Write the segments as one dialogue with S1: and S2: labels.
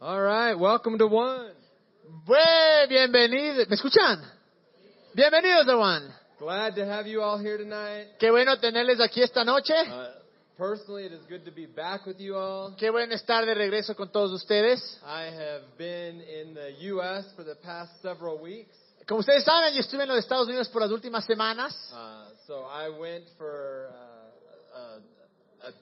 S1: All right, welcome to one.
S2: Bue- bienvenidos. ¿Me escuchan? Bienvenidos a One.
S1: Glad to have you all here tonight.
S2: Qué bueno tenerles aquí esta noche.
S1: Uh, personally, it is good to be back with you all.
S2: Qué bueno estar de regreso con todos ustedes.
S1: I have been in the U.S. for the past several weeks,
S2: Como ustedes saben, yo estuve en los Estados Unidos por las últimas semanas.
S1: uh, so I went for uh, a, a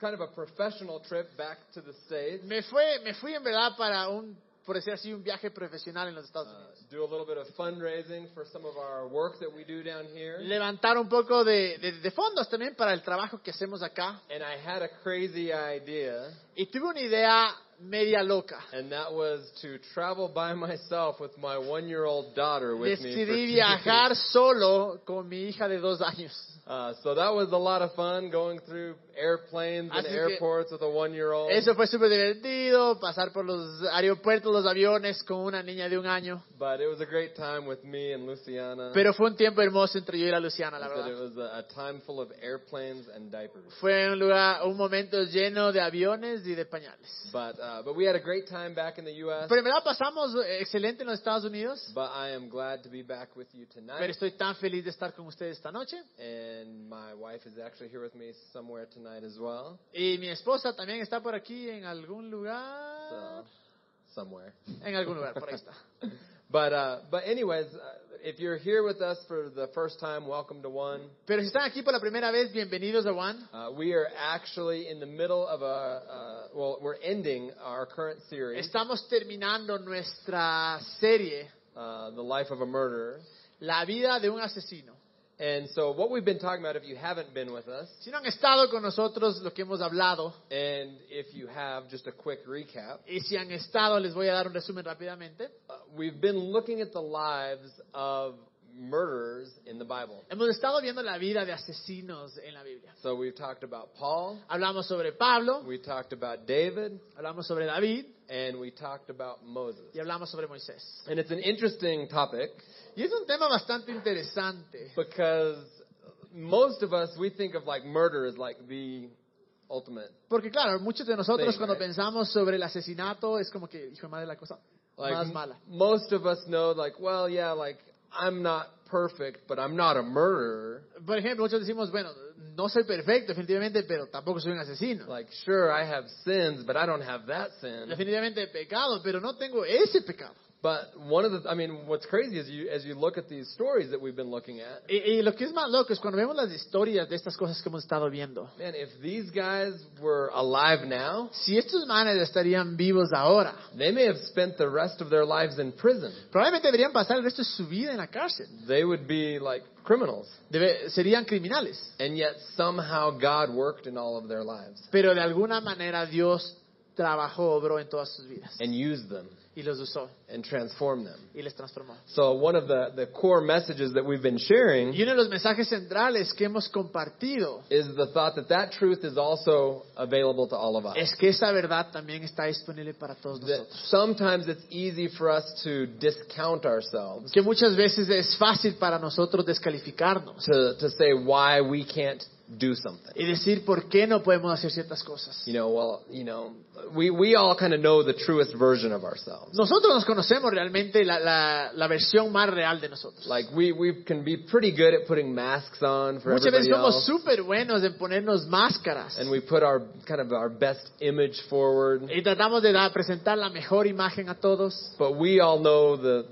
S1: kind of a professional trip back to the States,
S2: Me, fue, me fui en verdad para un, por decir así, un viaje profesional en los Estados
S1: uh,
S2: Unidos.
S1: do a little bit of fundraising for some of our work that we do down here.
S2: Levantar un poco de, de- de fondos también para el trabajo que hacemos acá.
S1: And I had a crazy idea,
S2: Y tuve una idea media loca.
S1: and that was to travel by myself with my one-year-old daughter with me. for two
S2: Decidí
S1: days.
S2: viajar solo con mi hija de dos años.
S1: Uh, so that was a lot of fun going through airplanes and
S2: Así que-
S1: airports with a one-year-old.
S2: Eso fue súper divertido, pasar por los aeropuertos, los aviones con una niña de un año.
S1: But it was a great time with me and Luciana.
S2: Pero fue un tiempo hermoso entre yo y la Luciana, la
S1: I said it
S2: verdad.
S1: was a, a time full of airplanes and diapers.
S2: Fue un lugar, un momento lleno de aviones y de pañales.
S1: But uh, but we had a great time back in the U.S.
S2: Pero en verdad pasamos eh, excelente en los Estados Unidos.
S1: But I am glad to be back with you
S2: Pero
S1: tonight.
S2: estoy tan feliz de estar con ustedes esta noche.
S1: And my wife is actually here with me somewhere tonight as well.
S2: Y mi esposa también está por aquí en algún lugar.
S1: So somewhere.
S2: En algún lugar, por ahí está.
S1: But uh, but anyways, uh, if you're here with us for the first time, welcome to one.
S2: Pero si están aquí por la primera vez, bienvenidos a One.
S1: Uh, we are actually in the middle of a, uh, well, we're ending our current series,
S2: Estamos terminando nuestra serie,
S1: uh, The Life of a Murderer.
S2: La vida de un asesino.
S1: And so, what we've been talking about, if you haven't been with us,
S2: Si no han estado con nosotros, lo que hemos hablado,
S1: and if you have, just a quick recap,
S2: y si han estado, les voy a dar un resumen rápidamente.
S1: uh, we've been looking at the lives of murderers in the Bible.
S2: Hemos estado viendo la vida de asesinos en la Biblia.
S1: So, we've talked about Paul,
S2: Hablamos sobre Pablo,
S1: we talked about David,
S2: hablamos sobre David
S1: and we talked about Moses.
S2: y hablamos sobre Moisés.
S1: And it's an interesting topic
S2: Y es un tema bastante interesante,
S1: because most of us, we think of like murder as like the ultimate
S2: porque claro, muchos de nosotros
S1: Sí,
S2: cuando
S1: eh.
S2: pensamos sobre el asesinato es como que, hijo de madre, la cosa
S1: Like
S2: más
S1: m-
S2: mala.
S1: most of us know, like, well, yeah, like I'm not perfect, but I'm not a murderer.
S2: Por ejemplo, muchos decimos, bueno, no soy perfecto, definitivamente, pero tampoco soy un asesino.
S1: Like, sure, I have sins, but I don't have that sin.
S2: Definitivamente he pecado, pero no tengo ese pecado.
S1: But one of the, I mean, what's crazy is you as you look at these stories that we've been looking at,
S2: Y, y lo que es más loco es cuando vemos las historias de estas cosas que hemos estado viendo.
S1: man, if these guys were alive now,
S2: Si estos manes estarían vivos ahora,
S1: they may have spent the rest of their lives in prison.
S2: probablemente deberían pasar el resto de su vida en la cárcel.
S1: They would be like criminals,
S2: Debe- serían criminales.
S1: and yet somehow God worked in all of their lives
S2: Pero de alguna manera Dios trabajó, obró en todas sus vidas.
S1: and used them
S2: Y los usó
S1: and transformed them.
S2: y les transformó.
S1: So one of the, the core messages that we've been sharing
S2: Y uno de los mensajes centrales que hemos compartido
S1: is the thought that that truth is also available to all of us.
S2: es que esa verdad también está disponible para todos
S1: That
S2: nosotros.
S1: sometimes it's easy for us to discount ourselves,
S2: Que muchas veces es fácil para nosotros descalificarnos
S1: to, to say why we can't do something.
S2: y decir por qué no podemos hacer ciertas cosas.
S1: You know, well, you know, we, we all kind of know the truest version of ourselves.
S2: Nosotros nos conocemos realmente la, la- la versión más real de nosotros.
S1: Like, we, we can be pretty good at putting masks on for
S2: Muchas veces
S1: everybody
S2: somos
S1: else,
S2: súper buenos en ponernos máscaras
S1: and we put our kind of our best image forward,
S2: y tratamos de dar- presentar la mejor imagen a todos,
S1: but we all know the,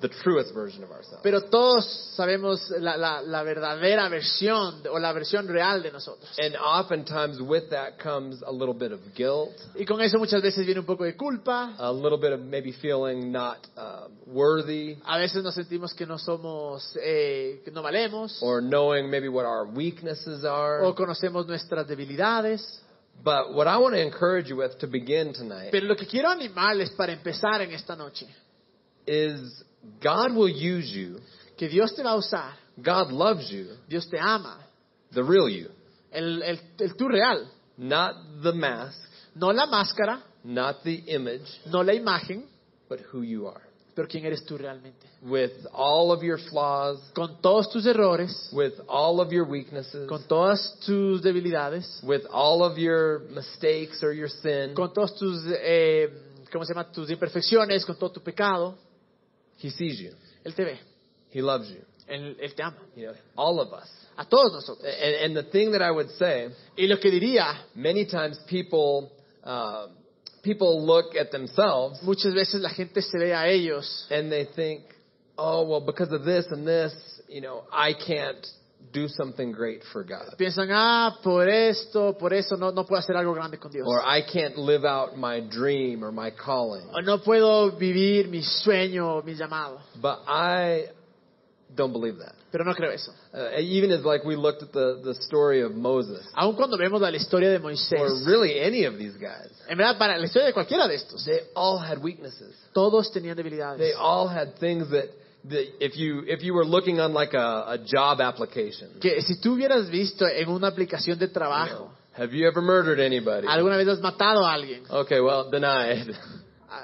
S1: the truest version of ourselves.
S2: pero todos sabemos la, la- la verdadera versión o la versión real de nosotros.
S1: And oftentimes with that comes a little bit of guilt,
S2: Y con eso muchas veces viene un poco de culpa,
S1: a little bit of maybe feeling not um, worthy
S2: a veces nos sentimos que no somos, eh, que no valemos,
S1: or knowing maybe what our weaknesses
S2: o
S1: are.
S2: conocemos nuestras debilidades.
S1: But what I want to encourage you with to begin tonight
S2: Pero lo que quiero animarles para empezar en esta noche,
S1: is God will use you.
S2: que Dios te va a usar,
S1: God loves you,
S2: Dios te ama,
S1: the real you,
S2: el, el, el tú real,
S1: not the mask,
S2: no la máscara,
S1: not the image,
S2: no la imagen,
S1: but who you are.
S2: pero quién eres tú realmente.
S1: With all of your flaws,
S2: Con todos tus errores,
S1: with all of your weaknesses,
S2: con todas tus debilidades,
S1: with all of your mistakes or your sin,
S2: con todos tus eh, ¿cómo se llama? Tus imperfecciones, con todo tu pecado.
S1: He sees you.
S2: Él te ve,
S1: He loves you.
S2: Él, Él te ama,
S1: You know, all of us.
S2: a todos nosotros.
S1: And, and the thing that I would say,
S2: Y lo que diría,
S1: many times people uh, people look at themselves
S2: muchas veces la gente se ve a ellos
S1: and they think, oh well, because of this and this, you know, I can't do something great for God,
S2: piensan, ah, por esto, por eso no, no puedo hacer algo grande con Dios.
S1: or I can't live out my dream or my calling.
S2: O no puedo vivir mi sueño, mi llamado.
S1: But I don't believe that.
S2: Pero no creo eso.
S1: Uh, even as like we looked at the, the story of Moses,
S2: Aun cuando vemos la la historia de
S1: or
S2: Moisés,
S1: really any of these guys,
S2: en verdad, para la historia de cualquiera de estos,
S1: they all had weaknesses.
S2: todos tenían
S1: They
S2: debilidades.
S1: all had things that, that if you if you were looking on like a, a job application,
S2: Que si tú hubieras visto en una aplicación de
S1: you
S2: trabajo,
S1: know, have you ever murdered anybody?
S2: alguna vez has matado a alguien,
S1: Okay, well, denied.
S2: ah,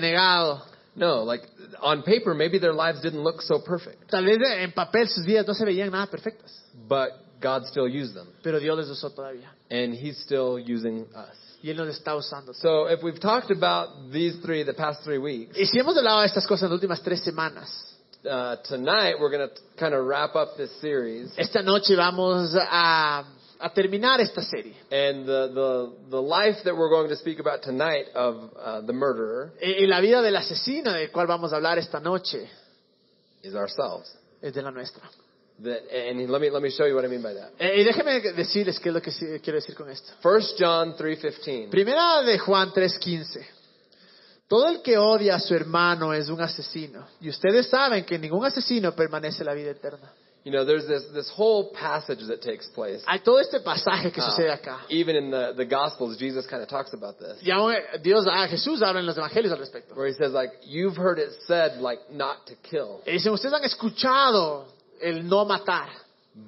S2: denegado,
S1: No, like on paper, maybe their lives didn't look so perfect,
S2: tal vez en papel sus vidas no se veían nada perfectas,
S1: but God still used them,
S2: pero Dios les usó todavía.
S1: and He's still using us.
S2: Y Él nos está usando.
S1: So if we've talked about these three the past three weeks,
S2: Y si hemos hablado de estas cosas en las últimas tres semanas,
S1: uh, tonight we're going to kind of wrap up this series.
S2: Esta noche vamos a, a terminar esta serie.
S1: And the, the, the life that we're going to speak about tonight of uh, the murderer
S2: Eh, Y la vida del asesino del cual vamos a hablar esta noche
S1: is ourselves.
S2: es de la nuestra.
S1: That, and let me, let me show you what I mean by that.
S2: Eh, Y déjenme decirles qué es lo que sí- quiero decir con esto.
S1: 1 John 3.15.
S2: Primera de Juan 3:15. Todo el que odia a su hermano es un asesino. Y ustedes saben que ningún asesino permanece la vida eterna.
S1: You know, there's this, this whole passage that takes place.
S2: Hay todo este pasaje que
S1: Uh,
S2: sucede acá.
S1: even in the, the Gospels, Jesus kind of talks about this.
S2: Y aún eh, Dios, ah, Jesús habla en los evangelios al respecto.
S1: Where he says, like, you've heard it said, like, not to kill.
S2: Y dicen, ustedes han escuchado el no matar,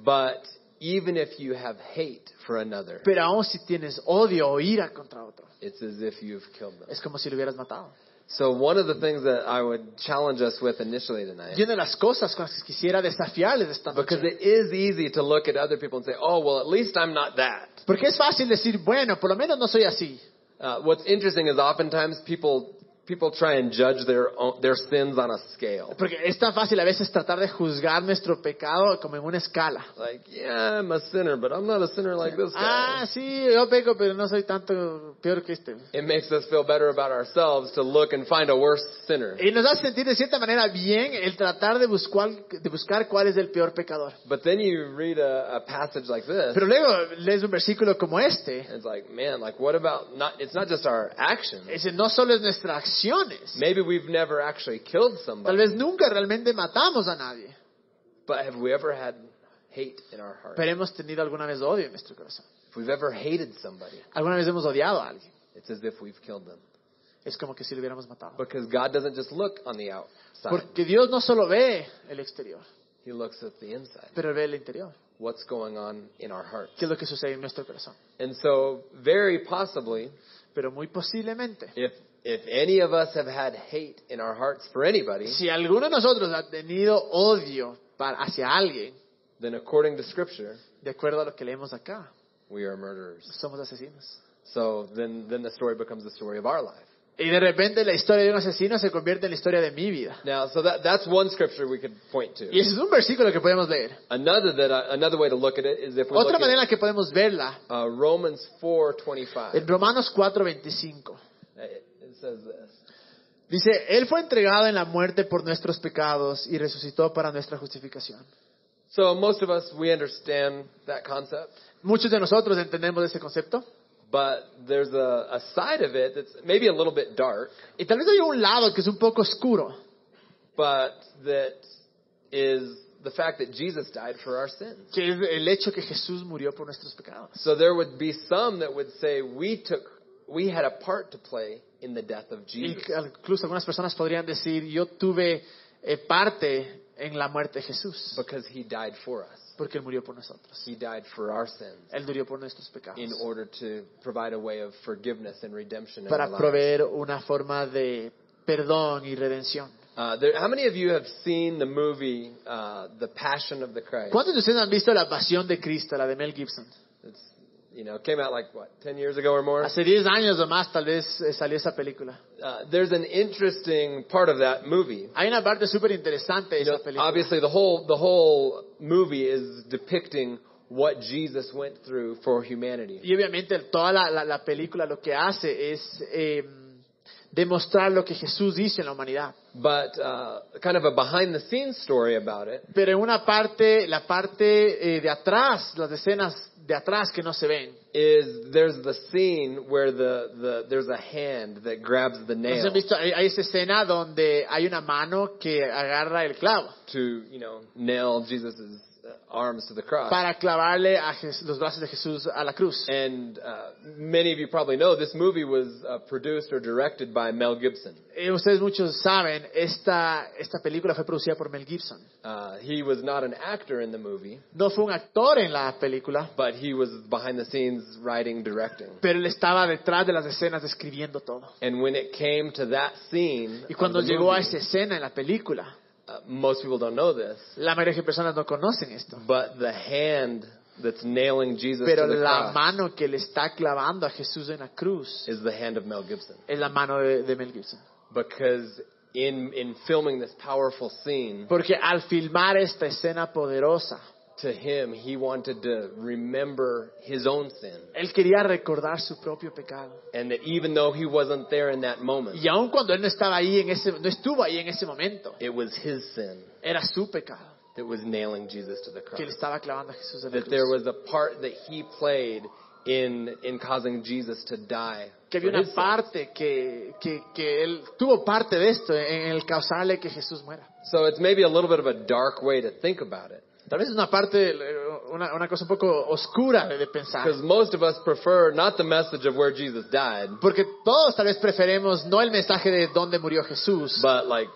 S1: But even if you have hate for another,
S2: pero aún si tienes odio o ira contra otro.
S1: it's as if you've killed them.
S2: es como si lo hubieras matado.
S1: So one of the things that I would challenge us with initially tonight
S2: Y una de las cosas con las que quisiera desafiarles esta
S1: Because
S2: noche,
S1: it is easy to look at other people and say, oh, well, at least I'm not that.
S2: porque es fácil decir, bueno, por lo menos no soy así.
S1: Uh, what's interesting is oftentimes people, people try and judge their, own, their sins on a scale.
S2: Porque es tan fácil a veces tratar de juzgar nuestro pecado como en una escala.
S1: Like, yeah, I'm a sinner, but I'm not a sinner like this guy.
S2: Ah, sí, yo peco, pero no soy tanto peor que este.
S1: It makes us feel better about ourselves to look and find a worse sinner.
S2: Y nos hace sentir de cierta manera bien el tratar de buscar, de buscar cuál es el peor pecador.
S1: But then you read a, a passage like this,
S2: Pero luego lees un versículo como este.
S1: and it's like, man, like, what about not, it's not just our actions.
S2: Ese no solo es nuestras acciones.
S1: Maybe we've never actually killed
S2: Tal
S1: somebody,
S2: vez nunca realmente matamos a nadie.
S1: but have we ever had hate in our heart?
S2: Pero hemos tenido alguna vez odio en nuestro corazón.
S1: If we've ever hated somebody,
S2: Alguna vez hemos odiado a alguien.
S1: It's as if we've killed them.
S2: Es como que si lo hubiéramos matado.
S1: Because God doesn't just look on the outside,
S2: Porque Dios no solo ve el exterior,
S1: He looks at the inside.
S2: pero ve el interior,
S1: What's going on in our heart?
S2: que es lo que sucede en nuestro corazón.
S1: And so, very possibly,
S2: Pero muy posiblemente,
S1: if, if any of us have had hate in our hearts for anybody,
S2: si alguno de nosotros ha tenido odio para- hacia alguien,
S1: then according to Scripture,
S2: de acuerdo a lo que leemos acá,
S1: we are murderers.
S2: somos asesinos.
S1: So then, then the story becomes the story of our life.
S2: Y de repente la historia de un asesino se convierte en la historia de mi vida.
S1: Now, so that, that's one Scripture we could point
S2: Y
S1: to.
S2: ese es un versículo que podemos leer.
S1: Another, that I, another way to look at it is if we
S2: Otra
S1: look at
S2: manera que podemos verla,
S1: uh, Romans 4.25.
S2: en Romanos 4:25.
S1: It, it says this.
S2: Dice, Él fue entregado en la muerte por nuestros pecados y resucitó para nuestra justificación.
S1: So most of us, we understand that concept.
S2: Muchos de nosotros entendemos ese concepto.
S1: But there's a, a side of it that's maybe a little bit dark,
S2: Y tal vez hay un lado que es un poco oscuro,
S1: but that is the fact that Jesus died for our sins.
S2: que es el hecho que Jesús murió por nuestros pecados.
S1: So there would be some that would say we took, we had a part to play in the death of
S2: Y
S1: Jesus.
S2: incluso algunas personas podrían decir, yo tuve eh, parte en la muerte de Jesús,
S1: Because he died for us.
S2: porque Él murió por nosotros.
S1: He died for our sins
S2: Él murió por nuestros
S1: in
S2: pecados.
S1: order to provide a way of forgiveness and redemption in our
S2: Para
S1: lives.
S2: proveer una forma de perdón y redención.
S1: Uh, there, how many of you have seen the movie uh, The Passion of the Christ?
S2: ¿Cuántos de ustedes han visto La Pasión de Cristo, la de Mel Gibson?
S1: It's, you know, came out like what, 10 years ago or more?
S2: Hace 10 años o más tal vez eh, salió esa película.
S1: Uh, there's an interesting part of that movie.
S2: Hay una parte súper interesante de
S1: You know,
S2: esa película.
S1: obviously, the whole the whole movie is depicting what Jesus went through for humanity.
S2: Y obviamente toda la, la- la película lo que hace es eh, demostrar lo que Jesús hizo en la humanidad.
S1: But uh, kind of a behind the scenes story about it
S2: Pero en una parte, la parte eh, de atrás, las escenas de atrás que no se ven.
S1: is there's the scene where the, the there's a hand that grabs the
S2: Entonces,
S1: nail
S2: han visto, hay, hay esa escena donde hay una mano que agarra el clavo
S1: to you know nail Jesus' arms to the cross.
S2: para clavarle a Jes- los brazos de Jesús a la cruz.
S1: And uh, many of you probably know this movie was uh, produced or directed by Mel Gibson.
S2: Eh, ustedes muchos saben, esta, esta película fue producida por Mel Gibson.
S1: Uh, he was not an actor in the movie,
S2: No fue un actor en la película,
S1: but he was behind the scenes writing, directing.
S2: pero él estaba detrás de las escenas describiendo todo.
S1: And when it came to that scene,
S2: Y
S1: of
S2: cuando
S1: the
S2: llegó a
S1: movie,
S2: esa escena en la película,
S1: uh, most people don't know this,
S2: la mayoría de personas no conocen esto.
S1: but the hand that's nailing Jesus
S2: Pero
S1: to the
S2: la
S1: cross
S2: mano que le está clavando a Jesús en la cruz
S1: is the hand of Mel Gibson.
S2: es la mano de, de Mel Gibson.
S1: Because in in filming this powerful scene,
S2: Porque al filmar esta escena poderosa,
S1: to him he wanted to remember his own sin,
S2: él quería recordar su propio pecado.
S1: and that even though he wasn't there in that moment,
S2: Y aun cuando él no estaba ahí en ese, no estuvo ahí en ese momento,
S1: it was his sin
S2: era su pecado
S1: that was nailing Jesus to the
S2: que le
S1: cross.
S2: estaba clavando a Jesús en la
S1: That there
S2: cruz.
S1: was a part that he played in in causing Jesus to die.
S2: Que había
S1: for
S2: una
S1: his sin.
S2: parte que, que, que él tuvo parte de esto en el causarle que Jesús muera.
S1: So it's maybe a little bit of a dark way to think about it.
S2: Tal vez es una parte, eh, una, una cosa un poco oscura de de pensar.
S1: Because most of us prefer not the message of where Jesus died,
S2: Porque todos tal vez preferimos no el mensaje de dónde murió Jesús,
S1: but like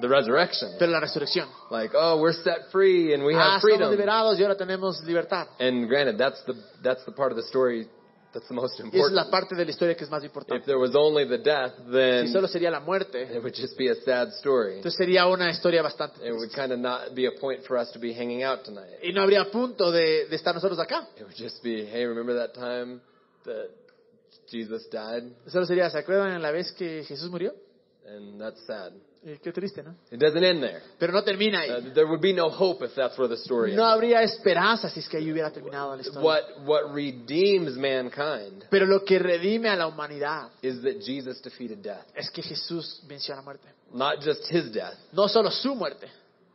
S1: the resurrection.
S2: pero la resurrección.
S1: Like, oh, we're set free and we have
S2: Ah, estamos
S1: freedom.
S2: liberados y ahora tenemos libertad.
S1: And granted, that's the, that's the part of the story that's the most
S2: Y esa es la
S1: important.
S2: parte de la historia que es más
S1: If
S2: importante.
S1: there was only the death,
S2: Si
S1: then
S2: solo sería la muerte,
S1: it would just be a sad story.
S2: entonces sería una historia bastante
S1: It would
S2: triste.
S1: kind of not be a point for us to be hanging out tonight.
S2: Y no habría punto de, de estar nosotros acá.
S1: It would just be, hey, remember that time that Jesus died?
S2: Solo sería, ¿se acuerdan de la vez que Jesús murió?
S1: And that's sad.
S2: Eh, qué triste, ¿no?
S1: It doesn't end there.
S2: Pero no termina
S1: Uh,
S2: ahí.
S1: there would be no hope if that's where the story
S2: No
S1: ends.
S2: habría esperanza si es que ahí hubiera terminado la historia.
S1: What what redeems mankind
S2: Pero lo que redime a la humanidad
S1: is that Jesus defeated death,
S2: es que Jesús venció a la muerte.
S1: not just his death,
S2: No solo su muerte,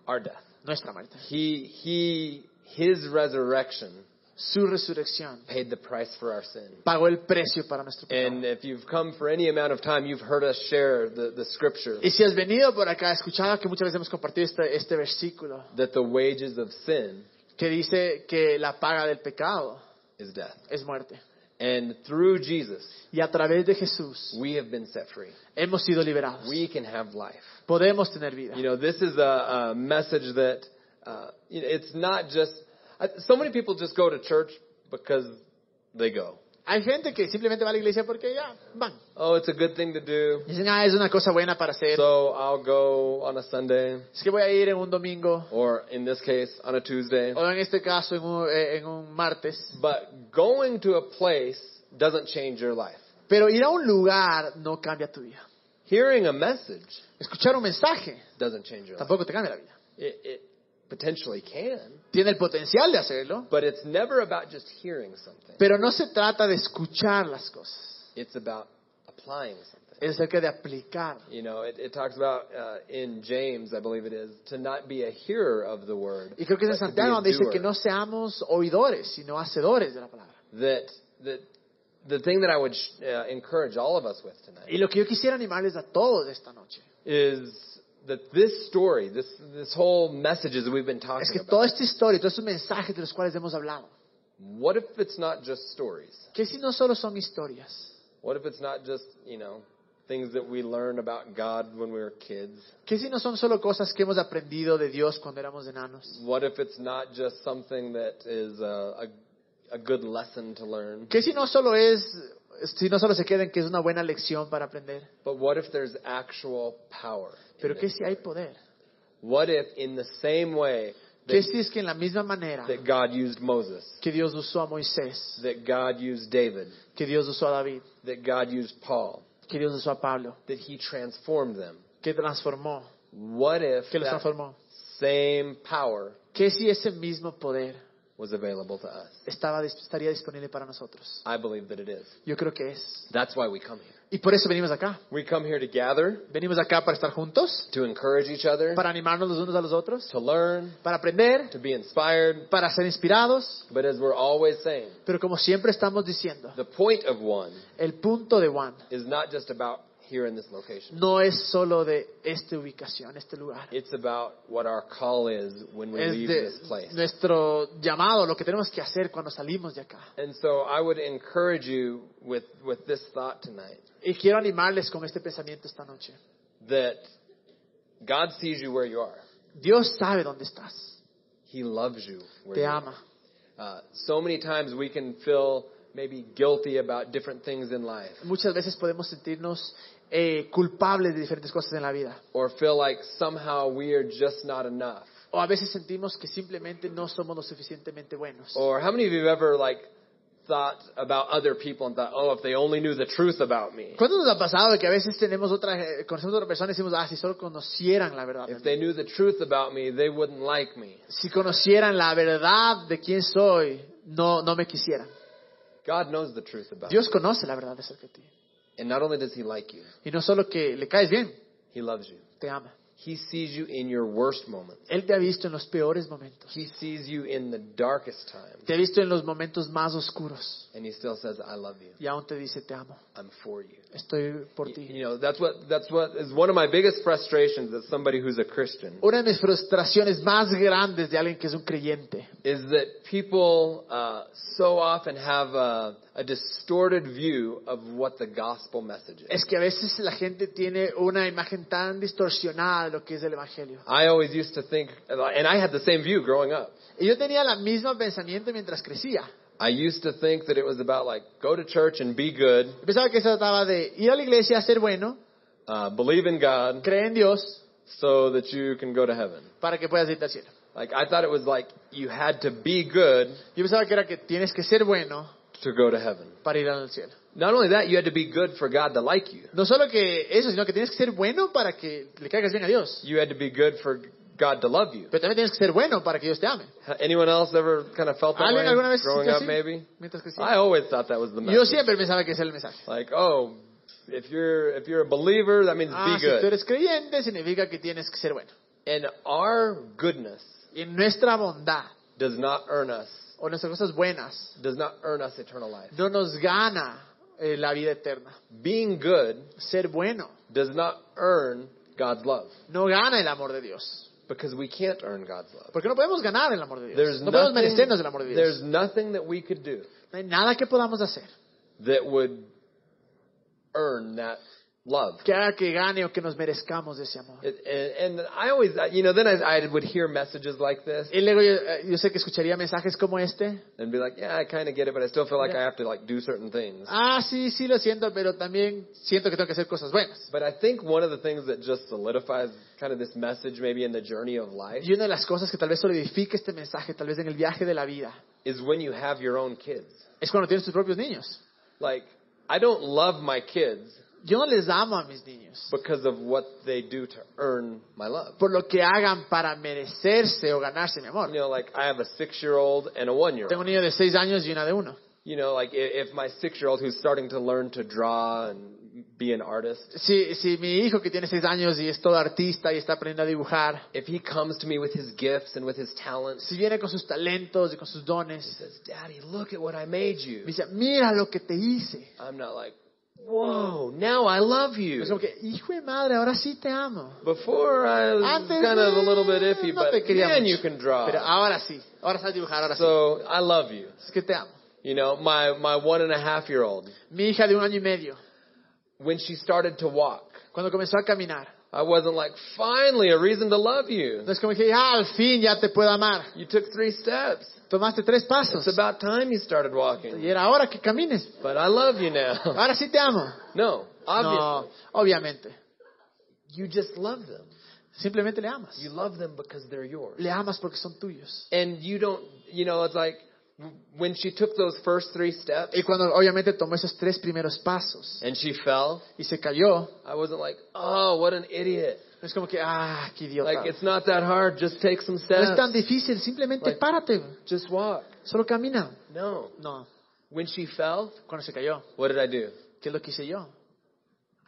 S1: our death.
S2: nuestra muerte.
S1: He he his resurrection
S2: Su resurrección
S1: paid the price for our sin.
S2: pagó el precio para nuestro pecado.
S1: And if you've come for any amount of time, you've heard us share the, the scripture
S2: Y si has venido por acá, escuchado que muchas veces hemos compartido este, este versículo
S1: that the wages of sin
S2: que dice que la paga del pecado
S1: is death.
S2: es muerte.
S1: And through Jesus,
S2: Y a través de Jesús
S1: we have been set free.
S2: hemos sido liberados.
S1: We can have life.
S2: Podemos tener vida.
S1: You know, this is a, a message that uh, you know, it's not just. I, so many people just go to church because they go.
S2: Hay gente que simplemente va a la iglesia porque ya van.
S1: Oh, it's a good thing to do.
S2: Dicen, ah, es una cosa buena para hacer.
S1: So I'll go on a Sunday,
S2: Es que voy a ir en un domingo,
S1: or in this case, on a Tuesday.
S2: o en este caso en un, eh, en un martes.
S1: But going to a place doesn't change your life.
S2: Pero ir a un lugar no cambia tu vida.
S1: Hearing a message
S2: Escuchar un mensaje
S1: doesn't change your life.
S2: tampoco te cambia la vida.
S1: It, it potentially can,
S2: Tiene el potencial de hacerlo,
S1: but it's never about just hearing something.
S2: pero no se trata de escuchar las cosas.
S1: It's about applying something.
S2: Es acerca de aplicar.
S1: You know, it, it talks about uh, in James, I believe it is, to not be a hearer of the word.
S2: Y creo que es en
S1: but to be a
S2: Santiago donde dice
S1: doer.
S2: que no seamos oidores, sino hacedores de la palabra.
S1: That that the thing that I would sh- uh, encourage all of us with
S2: Y
S1: tonight
S2: lo que yo quisiera animarles a todos esta noche
S1: is that this story, this this whole messages that we've been
S2: es
S1: talking
S2: que toda
S1: about.
S2: esta historia, todos estos mensajes de los cuales hemos hablado,
S1: What if it's not just stories?
S2: que si no solo son historias,
S1: What if it's not just you know things that we learned about God when we were kids?
S2: que si no son solo cosas que hemos aprendido de Dios cuando éramos enanos,
S1: What if it's not just something that is a a, a good lesson to learn?
S2: que si no solo es, si no solo se queden que es una buena lección para aprender,
S1: But what if there's actual power? in
S2: pero
S1: it?
S2: que si hay poder,
S1: What if, in the same way
S2: ¿Qué si es que en la misma manera
S1: that God used Moses,
S2: que Dios usó a Moisés,
S1: that God used David,
S2: que Dios usó a David,
S1: that God used Paul,
S2: que Dios usó a Pablo,
S1: that he transformed them?
S2: que transformó,
S1: What if
S2: que los
S1: that
S2: transformó?
S1: same power
S2: ¿Qué si ese mismo poder
S1: was available to us?
S2: estaba, dis- estaría disponible para nosotros?
S1: I believe that it is.
S2: Yo creo que es.
S1: That's why we come here.
S2: Y por eso venimos acá.
S1: We come here to gather,
S2: Venimos acá para estar juntos,
S1: to encourage each other,
S2: para animarnos los unos a los otros,
S1: to learn,
S2: para aprender,
S1: to be inspired.
S2: para ser inspirados.
S1: But as we're always saying,
S2: Pero como siempre estamos diciendo,
S1: the point of one
S2: el punto de Juan
S1: is not just about here in this location.
S2: no es solo de esta ubicación, este lugar.
S1: It's about what our call is when we
S2: Es
S1: leave
S2: de
S1: this place.
S2: nuestro llamado, lo que tenemos que hacer cuando salimos de acá.
S1: And so I would encourage you with, with this thought tonight
S2: Y quiero animarles con este pensamiento esta noche.
S1: that God sees you where you are.
S2: Dios sabe dónde estás,
S1: He loves you where
S2: te
S1: you are.
S2: ama.
S1: Uh, so many times we can feel maybe guilty about different things in life
S2: Muchas veces podemos sentirnos eh, culpables de diferentes cosas en la vida.
S1: or feel like somehow we are just not enough.
S2: O a veces sentimos que simplemente no somos lo suficientemente buenos.
S1: Or how many of you have ever like thought about other people and thought, oh, if they only knew the truth about me,
S2: ¿Cuánto nos ha pasado de que a veces tenemos otra, eh, conocemos a otra persona y decimos, ah, si solo conocieran la verdad? de
S1: if
S2: mí.
S1: they knew the truth about me, they wouldn't like me.
S2: Si conocieran la verdad de quién soy, no, no me quisieran.
S1: God knows the truth about you.
S2: Dios conoce la verdad acerca de ti.
S1: And not only does He like you,
S2: Y no solo que le caes bien,
S1: He loves you.
S2: te ama.
S1: He sees you in your worst moments.
S2: Él te ha visto en los peores momentos.
S1: He sees you in the darkest time.
S2: Te ha visto en los momentos más oscuros.
S1: And He still says, I love you.
S2: Y aún te dice, te amo.
S1: I'm for you.
S2: Estoy por
S1: Y-
S2: ti.
S1: You know, that's what, that's what is one of my biggest frustrations as somebody who's a Christian
S2: Una de mis frustraciones más grandes de alguien que es un creyente
S1: is that people uh, so often have a, a distorted view of what the gospel message is.
S2: es que a veces la gente tiene una imagen tan distorsionada de lo que es el Evangelio.
S1: I always used to think, and I had the same view growing up.
S2: Y yo tenía el mismo pensamiento mientras crecía.
S1: I used to think that it was about like go to church and be good,
S2: Pensaba que se trataba de ir a la iglesia, ser bueno,
S1: uh, believe in God,
S2: creer en Dios
S1: so that you can go to heaven.
S2: para que puedas irte al cielo.
S1: Like I thought it was like you had to be good
S2: Yo pensaba que era que tienes que ser bueno
S1: to go to heaven.
S2: para ir al cielo.
S1: Not only that, you had to be good for God to like you.
S2: No solo que eso, sino que tienes que ser bueno para que le caigas bien a Dios.
S1: You had to be good for God to love you.
S2: Pero también tienes que ser bueno para que Dios te ame.
S1: Anyone else ever kind of felt that
S2: ¿Alguien alguna
S1: way
S2: vez
S1: growing
S2: sintió
S1: up?
S2: así?
S1: Maybe.
S2: Mientras crecía.
S1: I always thought that was the
S2: Yo
S1: message.
S2: siempre pensaba que ese era el mensaje.
S1: Like, oh, if you're if you're a believer, that means
S2: Ah,
S1: be
S2: si tú
S1: good.
S2: eres creyente, significa que tienes que ser bueno.
S1: And our goodness
S2: Y nuestra bondad
S1: does not earn us
S2: o nuestras cosas buenas
S1: does not earn us eternal life.
S2: no nos gana eh, la vida eterna.
S1: Being good
S2: Ser bueno
S1: does not earn God's love
S2: no gana el amor de Dios.
S1: because we can't earn God's love.
S2: Porque no podemos ganar el amor de Dios.
S1: There's
S2: no podemos
S1: nothing,
S2: merecernos el amor de
S1: there's
S2: Dios.
S1: nothing that we could do
S2: No hay nada que podamos hacer
S1: that would earn that love.
S2: que haga que gane o que nos merezcamos de ese amor.
S1: It- and, and I always, you know, then I, I would hear messages like this
S2: Y luego yo, eh, yo sé que escucharía mensajes como este.
S1: and be like, yeah, I kind of get it, but I still feel like I have to like do certain things.
S2: Ah, sí, sí lo siento, pero también siento que tengo que hacer cosas buenas.
S1: But I think one of the things that just solidifies kind of this message, maybe in the journey of life,
S2: Y una de las cosas que tal vez solidifique este mensaje, tal vez en el viaje de la vida,
S1: is when you have your own kids.
S2: es cuando tienes tus propios niños.
S1: Like, I don't love my kids
S2: Yo no les amo a mis niños
S1: because of what they do to earn my love.
S2: por lo que hagan para merecerse o ganarse mi amor.
S1: You know, like I have a six-year-old and a
S2: Tengo un
S1: one-year-old.
S2: niño de 6 años y una de 1.
S1: You know, like i- if my six-year-old who's starting to learn to draw and be an artist,
S2: Si, si mi hijo que tiene 6 años y es todo artista y está aprendiendo a dibujar,
S1: if he comes to me with his gifts and with his talents,
S2: si viene con sus talentos y con sus
S1: he
S2: dones,
S1: says, "Daddy, look at what I made
S2: me
S1: you."
S2: dice, mira lo que te hice.
S1: I'm not like, "Whoa, now I love you."
S2: Es como que, hijo de madre, ahora sí te amo.
S1: Before I was
S2: Antes
S1: kind of a little bit
S2: eh,
S1: iffy,
S2: no
S1: but
S2: te quería
S1: man,
S2: mucho.
S1: you can draw.
S2: Pero ahora sí, ahora sabes dibujar, ahora sí.
S1: So I love you.
S2: Es que te amo.
S1: You know, my my one and a half year old
S2: Mi hija de un año y medio,
S1: when she started to walk,
S2: cuando comenzó a caminar,
S1: I wasn't like, finally a reason to love you.
S2: entonces como dije, ah, al fin ya te puedo amar.
S1: You took three steps.
S2: Tomaste tres pasos
S1: It's about time you started
S2: y
S1: walking.
S2: era ahora que camines.
S1: But I love you now.
S2: Ahora sí te amo.
S1: No, obviously
S2: No, obviamente.
S1: you just love them.
S2: Simplemente le amas.
S1: You love them because they're yours.
S2: Le amas porque son tuyos.
S1: And you don't, you know, it's like when she took those first three steps
S2: Y cuando obviamente tomó esos tres primeros pasos
S1: and she fell,
S2: y se cayó,
S1: I wasn't like, oh, what an idiot.
S2: es como que, ah, qué idiota.
S1: Like, it's not that hard. Just take some
S2: No es tan
S1: steps.
S2: difícil, simplemente
S1: Like-
S2: párate,
S1: Just walk.
S2: solo camina.
S1: No.
S2: No,
S1: When she fell,
S2: cuando se cayó,
S1: what did I do?
S2: ¿qué es lo que hice yo?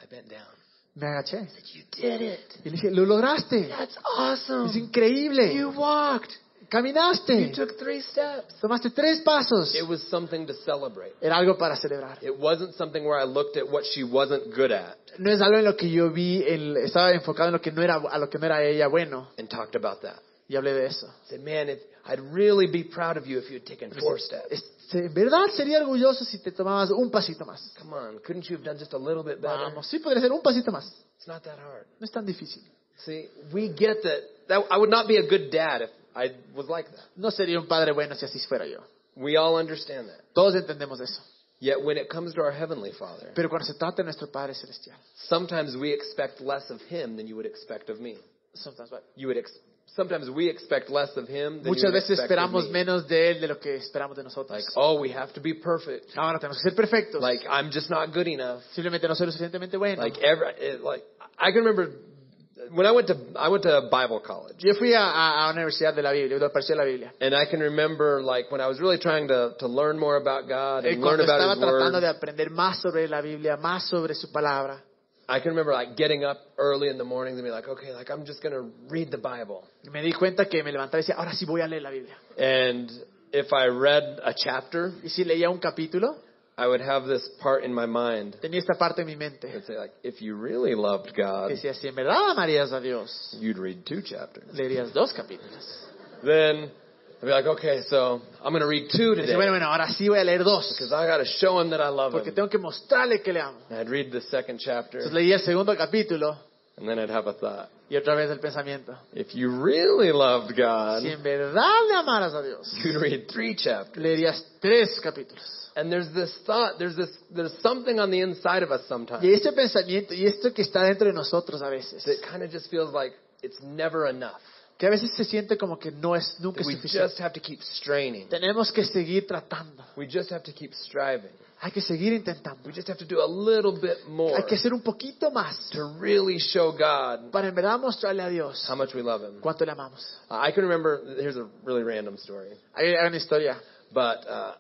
S1: I bent down.
S2: Me agaché.
S1: You did it.
S2: Y le dije, lo lograste.
S1: That's
S2: Es
S1: awesome.
S2: increíble.
S1: You walked.
S2: Caminaste.
S1: You took three steps.
S2: Tomaste tres pasos.
S1: It was something to celebrate.
S2: Era algo para celebrar.
S1: It wasn't something where I looked at what she wasn't good at
S2: No es algo en lo que yo vi, en- estaba enfocado en lo que no era, a lo que no era ella bueno.
S1: and talked about that.
S2: Y hablé de eso.
S1: I said, man, if, I'd really be proud of you if you had taken four steps.
S2: Es- Este, En verdad sería orgulloso si te tomabas un pasito más.
S1: Come on, couldn't you have done just a little bit better?
S2: Vamos, sí podría ser un pasito más.
S1: It's not that hard.
S2: No es tan difícil.
S1: See, we get that. that. I would not be a good dad if I was like that.
S2: No sería un padre bueno si así fuera yo.
S1: We all understand that.
S2: Todos entendemos eso.
S1: Yet when it comes to our Heavenly Father,
S2: Pero cuando se trata de nuestro Padre Celestial,
S1: sometimes we expect less of Him than you would expect of me.
S2: sometimes, but-
S1: You would ex- sometimes we expect less of Him than you
S2: muchas
S1: would
S2: veces
S1: expect of
S2: esperamos
S1: me.
S2: menos de Él de lo que esperamos de
S1: Like,
S2: nosotros.
S1: oh, we have to be perfect.
S2: Ahora tenemos que ser perfectos.
S1: Like, I'm just not good enough.
S2: Simplemente no soy lo suficientemente bueno.
S1: Like, ever, it, like I can remember when I went to I went to Bible college.
S2: Yo fui a, a, a la Universidad de la Biblia, la Universidad de la Biblia.
S1: And I can remember, like, when I was really trying to, to learn more about God
S2: Y
S1: and learn
S2: Eh, cuando
S1: about
S2: estaba
S1: His Word,
S2: tratando de aprender más sobre la Biblia, más sobre su palabra,
S1: I can remember, like, getting up early in the mornings and be like, okay, like, I'm just going to read the Bible.
S2: me di cuenta que me levantaba y decía, ahora sí voy a leer la Biblia.
S1: And if I read a chapter,
S2: Y si leía un capítulo,
S1: I would have this part in my mind
S2: tenía esta parte en mi mente.
S1: and say, like, if you really loved
S2: Que
S1: God,
S2: decía, si en verdad amarías a Dios,
S1: you'd read two chapters.
S2: leerías dos capítulos.
S1: Then I'd be like, okay, so I'm going to read two
S2: Y
S1: today
S2: decía, bueno, bueno, ahora sí voy a leer dos,
S1: because I got to show him that I love
S2: porque
S1: him.
S2: tengo que mostrarle que le amo.
S1: And I'd read the second chapter
S2: Entonces leía el segundo capítulo
S1: and then I'd have a thought.
S2: y otra vez el pensamiento.
S1: If you really loved God,
S2: Si en verdad le amaras a Dios,
S1: you'd read three chapters.
S2: leerías tres capítulos.
S1: And there's this thought, there's this, there's something on the inside of us sometimes
S2: Y este pensamiento y esto que está dentro de nosotros a veces,
S1: that kind of just feels like it's never enough.
S2: que a veces se siente como que no es nunca
S1: That
S2: es
S1: we
S2: suficiente.
S1: just have to keep straining.
S2: Tenemos que seguir tratando.
S1: We just have to keep striving.
S2: Hay que seguir intentando.
S1: We just have to do a little bit more
S2: Hay que hacer un poquito más
S1: to really show God
S2: para en verdad mostrarle a Dios
S1: how much we love Him.
S2: cuánto le amamos.
S1: I can remember, here's a really random story,
S2: Hay hay una historia.
S1: but uh,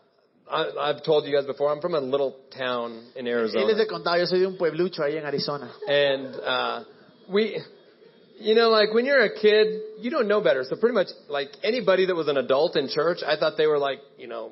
S1: I, I've told you guys before, I'm from a little town in
S2: Él les
S1: Arizona.
S2: he contado, yo soy de un pueblucho ahí en Arizona.
S1: And uh, we, you know, like when you're a kid, you don't know better. So pretty much, like anybody that was an adult in church, I thought they were like, you know,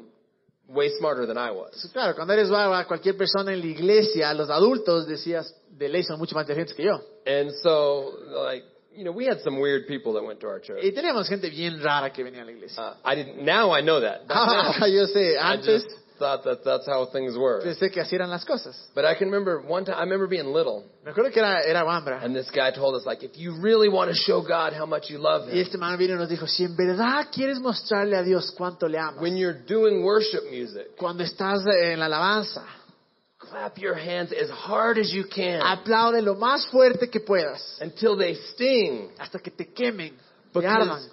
S1: way smarter than I was.
S2: Sí, Pues Claro, cuando eres barba, cualquier persona en la iglesia, los adultos, decías, de ley son mucho más inteligentes que yo.
S1: And so, like, you know, we had some weird people that went to our church.
S2: Y teníamos gente bien rara que venía a la iglesia.
S1: Uh, I didn't. Now I know that. But now,
S2: Ah, yo sé,
S1: I
S2: antes
S1: just thought that that's how things were.
S2: pensé que así eran las cosas.
S1: But I can remember one time. I remember being little,
S2: Me acuerdo que era, era Wambra.
S1: and this guy told us like, if you really want to show God how much you love
S2: Y
S1: Him,
S2: este man vino y nos dijo, si en verdad quieres mostrarle a Dios cuánto le amas,
S1: when you're doing worship music,
S2: cuando estás en la alabanza,
S1: clap your hands as hard as you can.
S2: aplaude lo más fuerte que puedas,
S1: until they sting.
S2: hasta que te quemen, te
S1: Because
S2: ardan.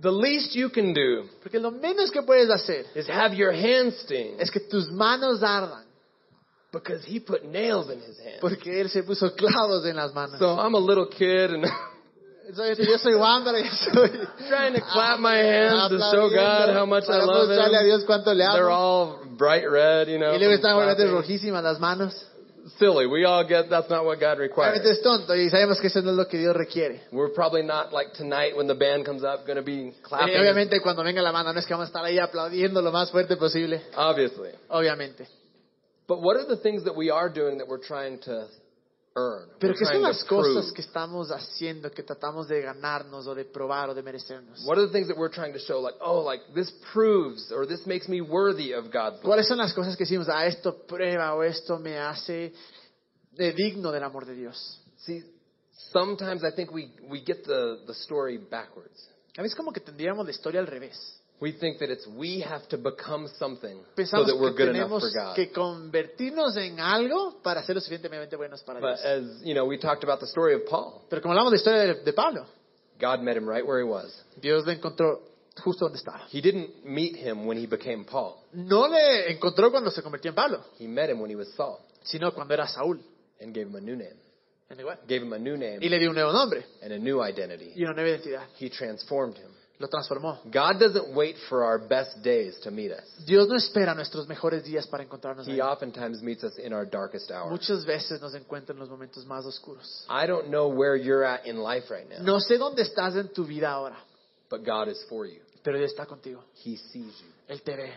S1: the least you can do
S2: Porque lo menos que puedes hacer
S1: is have your hands sting
S2: es que tus manos ardan,
S1: because he put nails in his hands.
S2: porque él se puso clavos en las manos.
S1: So I'm a little kid and
S2: Soy- yo soy Wander y soy Ah,
S1: trying to clap my hands to show God how much I
S2: para
S1: love
S2: mostrarle a
S1: him.
S2: Dios cuánto le
S1: They're
S2: amo.
S1: all bright red, you know.
S2: Y luego
S1: from
S2: están obviamente
S1: clapping.
S2: rojísimas las manos.
S1: Silly. We all get that's not what God requires.
S2: Obviamente es tonto y sabemos que eso no es lo que Dios requiere.
S1: We're probably not like tonight when the band comes up going to be
S2: Y
S1: clapping.
S2: Ah, obviamente cuando venga la banda no es que vamos a estar ahí aplaudiendo lo más fuerte posible,
S1: Obviously.
S2: obviamente.
S1: But what are the things that we are doing that we're trying to earn?
S2: Pero
S1: We're
S2: ¿qué son
S1: trying to
S2: las cosas
S1: prove?
S2: que estamos haciendo, que tratamos de ganarnos o de probar o de merecernos?
S1: What are the things that we're trying to show? Like, oh, like this proves or this makes me worthy of God's love.
S2: ¿Cuáles son las cosas que decimos, ah, esto prueba o esto me hace de digno del amor de Dios?
S1: See, sometimes I think we, we get the, the story backwards.
S2: A veces como que tendríamos la historia al revés.
S1: We think that it's we have to become something so
S2: Pensamos
S1: that we're
S2: que
S1: good enough
S2: tenemos
S1: for God.
S2: que convertirnos en algo para ser lo suficientemente buenos para
S1: But eh,
S2: Dios.
S1: as you know, we talked about the story of Paul.
S2: Pero como hablamos de la historia de, de Pablo,
S1: God met him right where he was.
S2: Dios le encontró justo donde estaba.
S1: He didn't meet him when he became Paul.
S2: No le encontró cuando se convirtió en Pablo,
S1: He met him when he was Saul
S2: sino cuando era Saúl.
S1: and gave him a new name.
S2: en igual.
S1: Gave him a new
S2: Y
S1: name
S2: le dio un nuevo nombre
S1: and a new identity.
S2: y una nueva identidad.
S1: He transformed him.
S2: Lo transformó.
S1: God doesn't wait for our best days to meet us.
S2: Dios no espera nuestros mejores días para encontrarnos.
S1: He
S2: a Él.
S1: oftentimes meets us in our darkest hour.
S2: Muchas veces nos encuentra en los momentos más oscuros.
S1: I don't know where you're at in life right now,
S2: No sé dónde estás en tu vida ahora,
S1: but God is for you.
S2: pero Él está contigo.
S1: He sees you.
S2: Él te ve,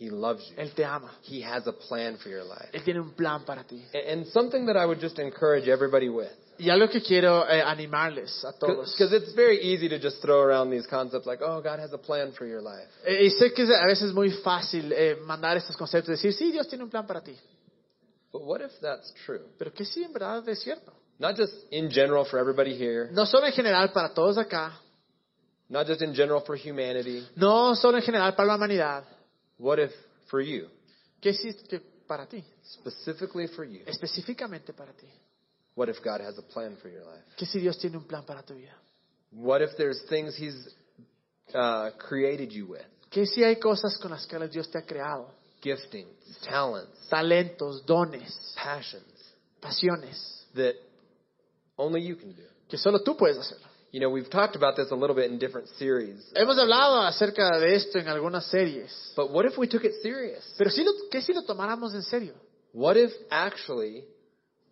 S1: He loves you.
S2: Él te ama,
S1: He has a plan for your life.
S2: Él tiene un plan para ti.
S1: A- And something that I would just encourage everybody with,
S2: Y algo que quiero eh, animarles a todos.
S1: because it's very easy to just throw around these concepts like, oh, God has a plan for your life.
S2: Eh, y sé que es a veces es muy fácil eh, mandar estos conceptos y decir, sí, Dios tiene un plan para ti.
S1: But what if that's true?
S2: Pero que sí, en verdad es cierto.
S1: Not just in general for everybody here,
S2: No solo en general para todos acá,
S1: not just in general for humanity.
S2: no solo en general para la humanidad,
S1: What if for you,
S2: que sí que para ti,
S1: specifically for you,
S2: específicamente para ti.
S1: what if God has a plan for your life?
S2: Que si Dios tiene un plan para tu vida.
S1: What if there's things He's uh, created you with?
S2: Que si hay cosas con las que Dios te ha creado,
S1: Giftings, talents,
S2: talentos, dones,
S1: passions
S2: pasiones,
S1: that only you can do.
S2: que solo tú puedes hacerlo.
S1: You know, we've talked about this a little bit in different series.
S2: Hemos hablado acerca de esto en algunas series,
S1: But what if we took it serious?
S2: pero si lo, ¿qué si lo tomáramos en serio?
S1: What if actually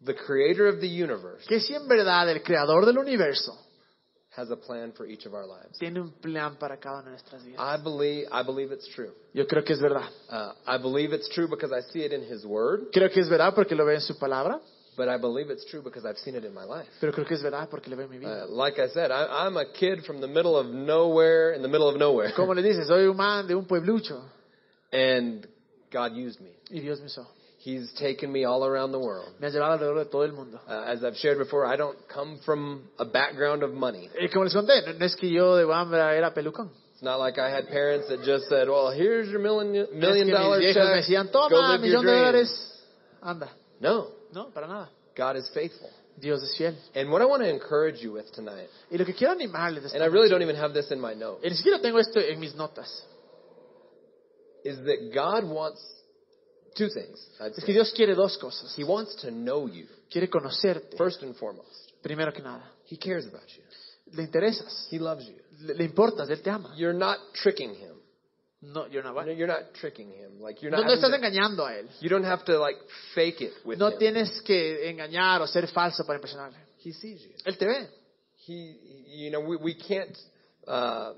S1: the creator of the universe
S2: Que si en verdad el creador del universo
S1: has a plan for each of our lives?
S2: tiene un plan para cada una de nuestras vidas?
S1: I believe, I believe it's true.
S2: Ah, Yo creo que es verdad.
S1: Uh, I believe it's true because I see it in his word,
S2: Creo que es verdad porque lo veo en su palabra,
S1: but I believe it's true because I've seen it in my life.
S2: pero creo que es verdad porque lo veo en mi vida.
S1: Uh, like I said, I, I'm a kid from the middle of nowhere, in the middle of nowhere.
S2: Eh, Como le dices, soy un man de un pueblucho
S1: And God used me.
S2: y Dios me usó.
S1: He's taken me all around the world.
S2: Me ha llevado alrededor de todo el mundo.
S1: Uh, as I've shared before, I don't come from a background of money.
S2: Eh, como les conté, no, no es que yo de Bambra era pelucón.
S1: It's not like I had parents that just said, well, here's your million,
S2: No es que
S1: million
S2: mis
S1: dollar check.
S2: viejos me decían,
S1: Go
S2: toma,
S1: live your
S2: millón de
S1: dreams."
S2: dólares, anda.
S1: No,
S2: No, para nada.
S1: God is faithful.
S2: Dios es fiel.
S1: And what I want to encourage you with tonight,
S2: Y lo que quiero animarles, de
S1: and
S2: esta
S1: I really
S2: noche,
S1: don't even have this in my notes,
S2: y ni siquiera tengo esto en mis notas,
S1: is that God wants two things. I'd
S2: es
S1: say.
S2: que Dios quiere dos cosas.
S1: He wants to know you,
S2: Quiere conocerte,
S1: first and foremost.
S2: primero que nada.
S1: He cares about you.
S2: Le interesas,
S1: He loves you.
S2: le, le importas, Él te ama.
S1: You're not tricking him.
S2: No, you're
S1: You
S2: not
S1: know,
S2: right.
S1: You're not tricking him. Like you're
S2: no,
S1: not.
S2: no estás
S1: having to-
S2: engañando a Él.
S1: you don't have to like fake it with
S2: No
S1: him.
S2: tienes que engañar o ser falso para impresionarle.
S1: He sees you.
S2: Él te ve.
S1: He, you know, we we can't, uh,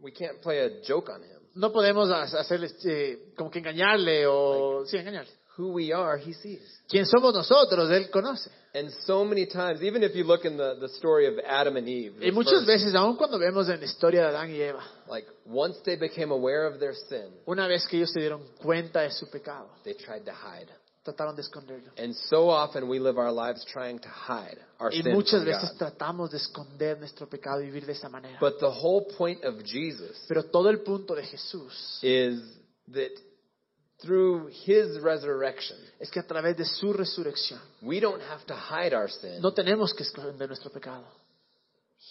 S1: we can't play a joke on him.
S2: No podemos ha- hacerle, eh, como que engañarle o... Sí, engañarle.
S1: Who we are, he sees.
S2: Quien somos nosotros, Él conoce.
S1: And so many times, even if you look in the, the story of Adam and Eve,
S2: Y
S1: this
S2: muchas
S1: verse,
S2: veces, aun cuando vemos en la historia de Adán y Eva,
S1: like once they became aware of their sin,
S2: una vez que ellos se dieron cuenta de su pecado,
S1: they tried to hide.
S2: trataron de esconderlo.
S1: And so often we live our lives trying to hide our
S2: Y
S1: sin
S2: muchas
S1: from
S2: veces
S1: God.
S2: tratamos de esconder nuestro pecado y vivir de esa manera.
S1: But the whole point of Jesus
S2: Pero todo el punto de Jesús
S1: is that through his resurrection,
S2: es que a través de su resurrección
S1: we don't have to hide our sin.
S2: no tenemos que esconder nuestro pecado.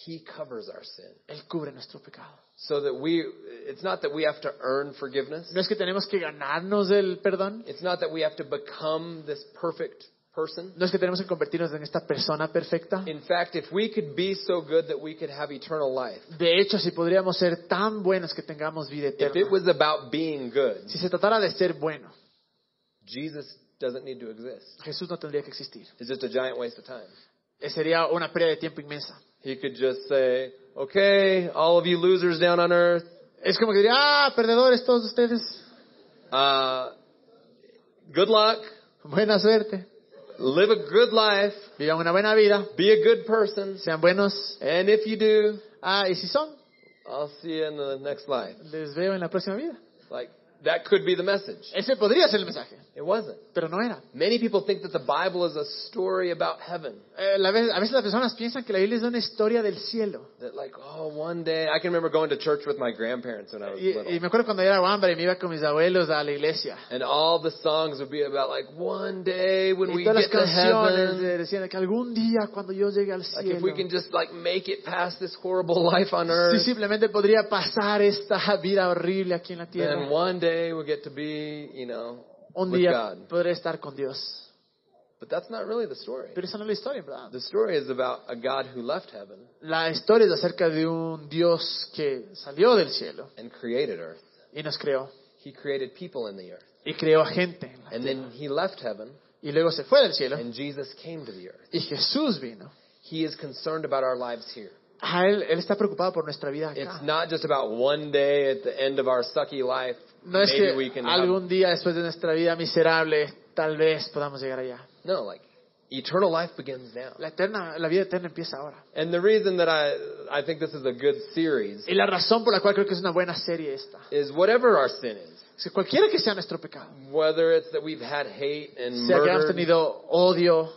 S1: He covers our sin.
S2: Él cubre nuestro pecado.
S1: So that we, it's not that we have to earn forgiveness.
S2: No es que tenemos que ganarnos el perdón.
S1: It's not that we have to become this perfect person.
S2: No es que tenemos que convertirnos en esta persona perfecta.
S1: In fact, if we could be so good that we could have eternal life,
S2: De hecho, si podríamos ser tan buenos que tengamos vida
S1: if it
S2: eterna.
S1: was about being good,
S2: Si se tratara de ser bueno,
S1: Jesus doesn't need to exist.
S2: Jesús no tendría que existir.
S1: It's just a giant waste of time.
S2: Eh, Sería una pérdida de tiempo inmensa.
S1: He could just say, okay, all of you losers down on earth,
S2: Es como que diría, ah, perdedores todos ustedes,
S1: uh, good luck,
S2: buena suerte,
S1: live a good life,
S2: vivan una buena vida,
S1: be a good person,
S2: sean buenos.
S1: and if you do,
S2: Ah, y si son,
S1: I'll see you in the next life.
S2: les veo en la próxima vida.
S1: Like, That could be the message.
S2: Ese podría ser el mensaje,
S1: It wasn't.
S2: pero no era.
S1: Many people think that the Bible is a story about heaven.
S2: Eh, la vez- a veces las personas piensan que la Biblia es una historia del cielo.
S1: That like, oh, one day I can remember going to church with my grandparents when I was
S2: Y,
S1: little.
S2: y me acuerdo cuando yo era hombre y me iba con mis abuelos a la iglesia.
S1: And all the songs would be about like one day when
S2: Y
S1: we
S2: todas las
S1: get to
S2: canciones
S1: heaven,
S2: eh, decían que algún día cuando yo llegue al
S1: like if
S2: cielo,
S1: we can just like make it past this horrible life on
S2: si
S1: earth,
S2: simplemente podría pasar esta vida horrible aquí en la
S1: then
S2: tierra,
S1: one day we'll get to be, you know,
S2: un
S1: with
S2: día
S1: God.
S2: podré estar con Dios.
S1: But that's not really the story.
S2: Pero esa no es la historia, en ¿verdad?
S1: The story is about a God who left heaven
S2: La historia es acerca de un Dios que salió del cielo
S1: and created earth.
S2: y nos creó.
S1: He created people in the earth.
S2: Y creó a gente.
S1: And then he left heaven
S2: Y luego se fue del cielo
S1: and Jesus came to the earth.
S2: y Jesús vino.
S1: He is concerned about our lives here.
S2: A él, él está preocupado por nuestra vida
S1: It's
S2: acá.
S1: not just about one day at the end of our sucky life.
S2: No es
S1: maybe we
S2: que
S1: can have
S2: algún día después de nuestra vida miserable tal vez podamos llegar allá.
S1: No, like eternal life begins now.
S2: La eterna, la vida eterna empieza ahora.
S1: And the reason that I I think this is a good series
S2: Y la razón por la cual creo que es una buena serie esta,
S1: is whatever our sin is,
S2: es que cualquiera que sea nuestro pecado,
S1: whether it's that we've had hate and
S2: sea que hayamos
S1: murder,
S2: tenido odio,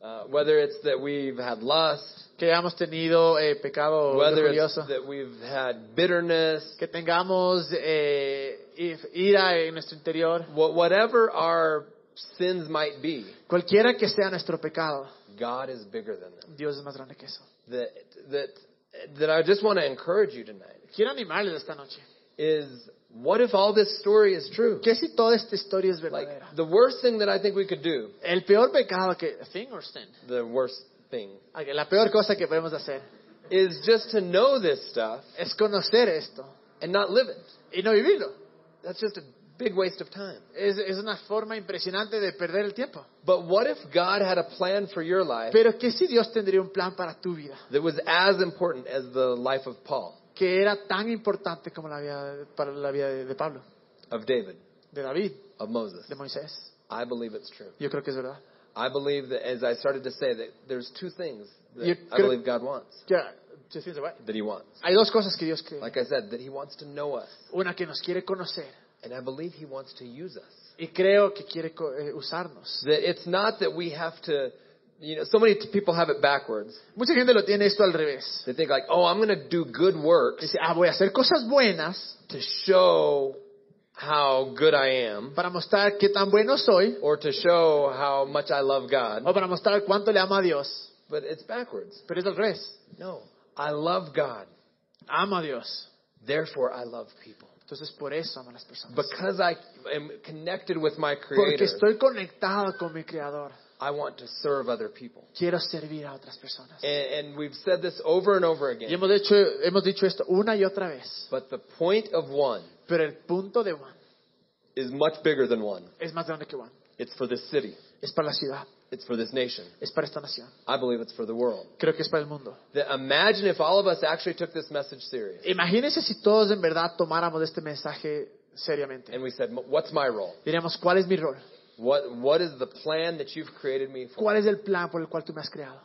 S1: uh, whether it's that we've had lust,
S2: que hayamos tenido eh, pecado
S1: whether it's
S2: orgulloso,
S1: that we've had bitterness,
S2: que tengamos eh, if- ira en nuestro interior,
S1: wha- whatever our sins might be,
S2: cualquiera que sea nuestro pecado,
S1: God is bigger than them.
S2: Dios es más grande que eso.
S1: That that that I just want to encourage you tonight
S2: Quiero animarles esta noche.
S1: is what if all this story is true?
S2: ¿Qué si toda esta historia es
S1: Like
S2: verdadera?
S1: the worst thing that I think we could do,
S2: El peor pecado que... Thing or sin?
S1: the worst thing
S2: La peor cosa que podemos hacer
S1: is just to know this stuff
S2: es conocer esto
S1: and not live it.
S2: y no vivirlo.
S1: That's just a big waste of time.
S2: Es, es una forma impresionante de perder el tiempo.
S1: But what if God had a plan for your life
S2: Pero ¿qué si Dios tendría un plan para tu vida?
S1: that was as important as the life of Paul,
S2: Que era tan importante como la vida, para la vida de, de Pablo,
S1: of David,
S2: de David,
S1: of Moses?
S2: de Moisés.
S1: I believe it's true.
S2: Yo creo que es verdad.
S1: I believe that, as I started to say, that there's two things that
S2: You
S1: I
S2: could-
S1: believe God wants,
S2: Ya, sí, sí, se va.
S1: that He wants.
S2: Hay dos cosas que Dios cree.
S1: Like I said, that He wants to know us,
S2: Una que nos quiere conocer
S1: and I believe He wants to use us.
S2: y creo que quiere co- eh, usarnos.
S1: That it's not that we have to, you know, so many t- people have it backwards.
S2: Mucha gente lo tiene esto al revés.
S1: They think like, oh, I'm going to do good works
S2: Dice, ah, voy a hacer cosas buenas
S1: to show how good I am.
S2: para mostrar qué tan bueno soy
S1: or to show how much I love God.
S2: o para mostrar cuánto le amo a Dios.
S1: But it's backwards.
S2: Pero es al revés.
S1: No, I love God.
S2: Amo a Dios.
S1: Therefore, I love people.
S2: Entonces por eso amo a las personas.
S1: Because I am connected with my
S2: Porque
S1: Creator,
S2: estoy conectado con mi Creador.
S1: I want to serve other people.
S2: Quiero servir a otras personas.
S1: And, and we've said this over and over
S2: Y
S1: again.
S2: hemos dicho, hemos dicho esto una y otra vez.
S1: But the point of one
S2: Pero el punto de Juan
S1: is much bigger than one.
S2: es más grande que Juan.
S1: It's for this city.
S2: Es para la ciudad.
S1: It's for this nation.
S2: Es para esta nación.
S1: I believe it's for the world.
S2: Creo que es para el mundo.
S1: That imagine if all of us actually took this message serious
S2: Imagínense si todos en verdad tomáramos este mensaje seriamente.
S1: and we said, "What's my role?
S2: Diríamos, ¿cuál es mi rol?
S1: What What is the plan that you've created me for?"
S2: ¿Cuál es el plan por el cual tú me has creado?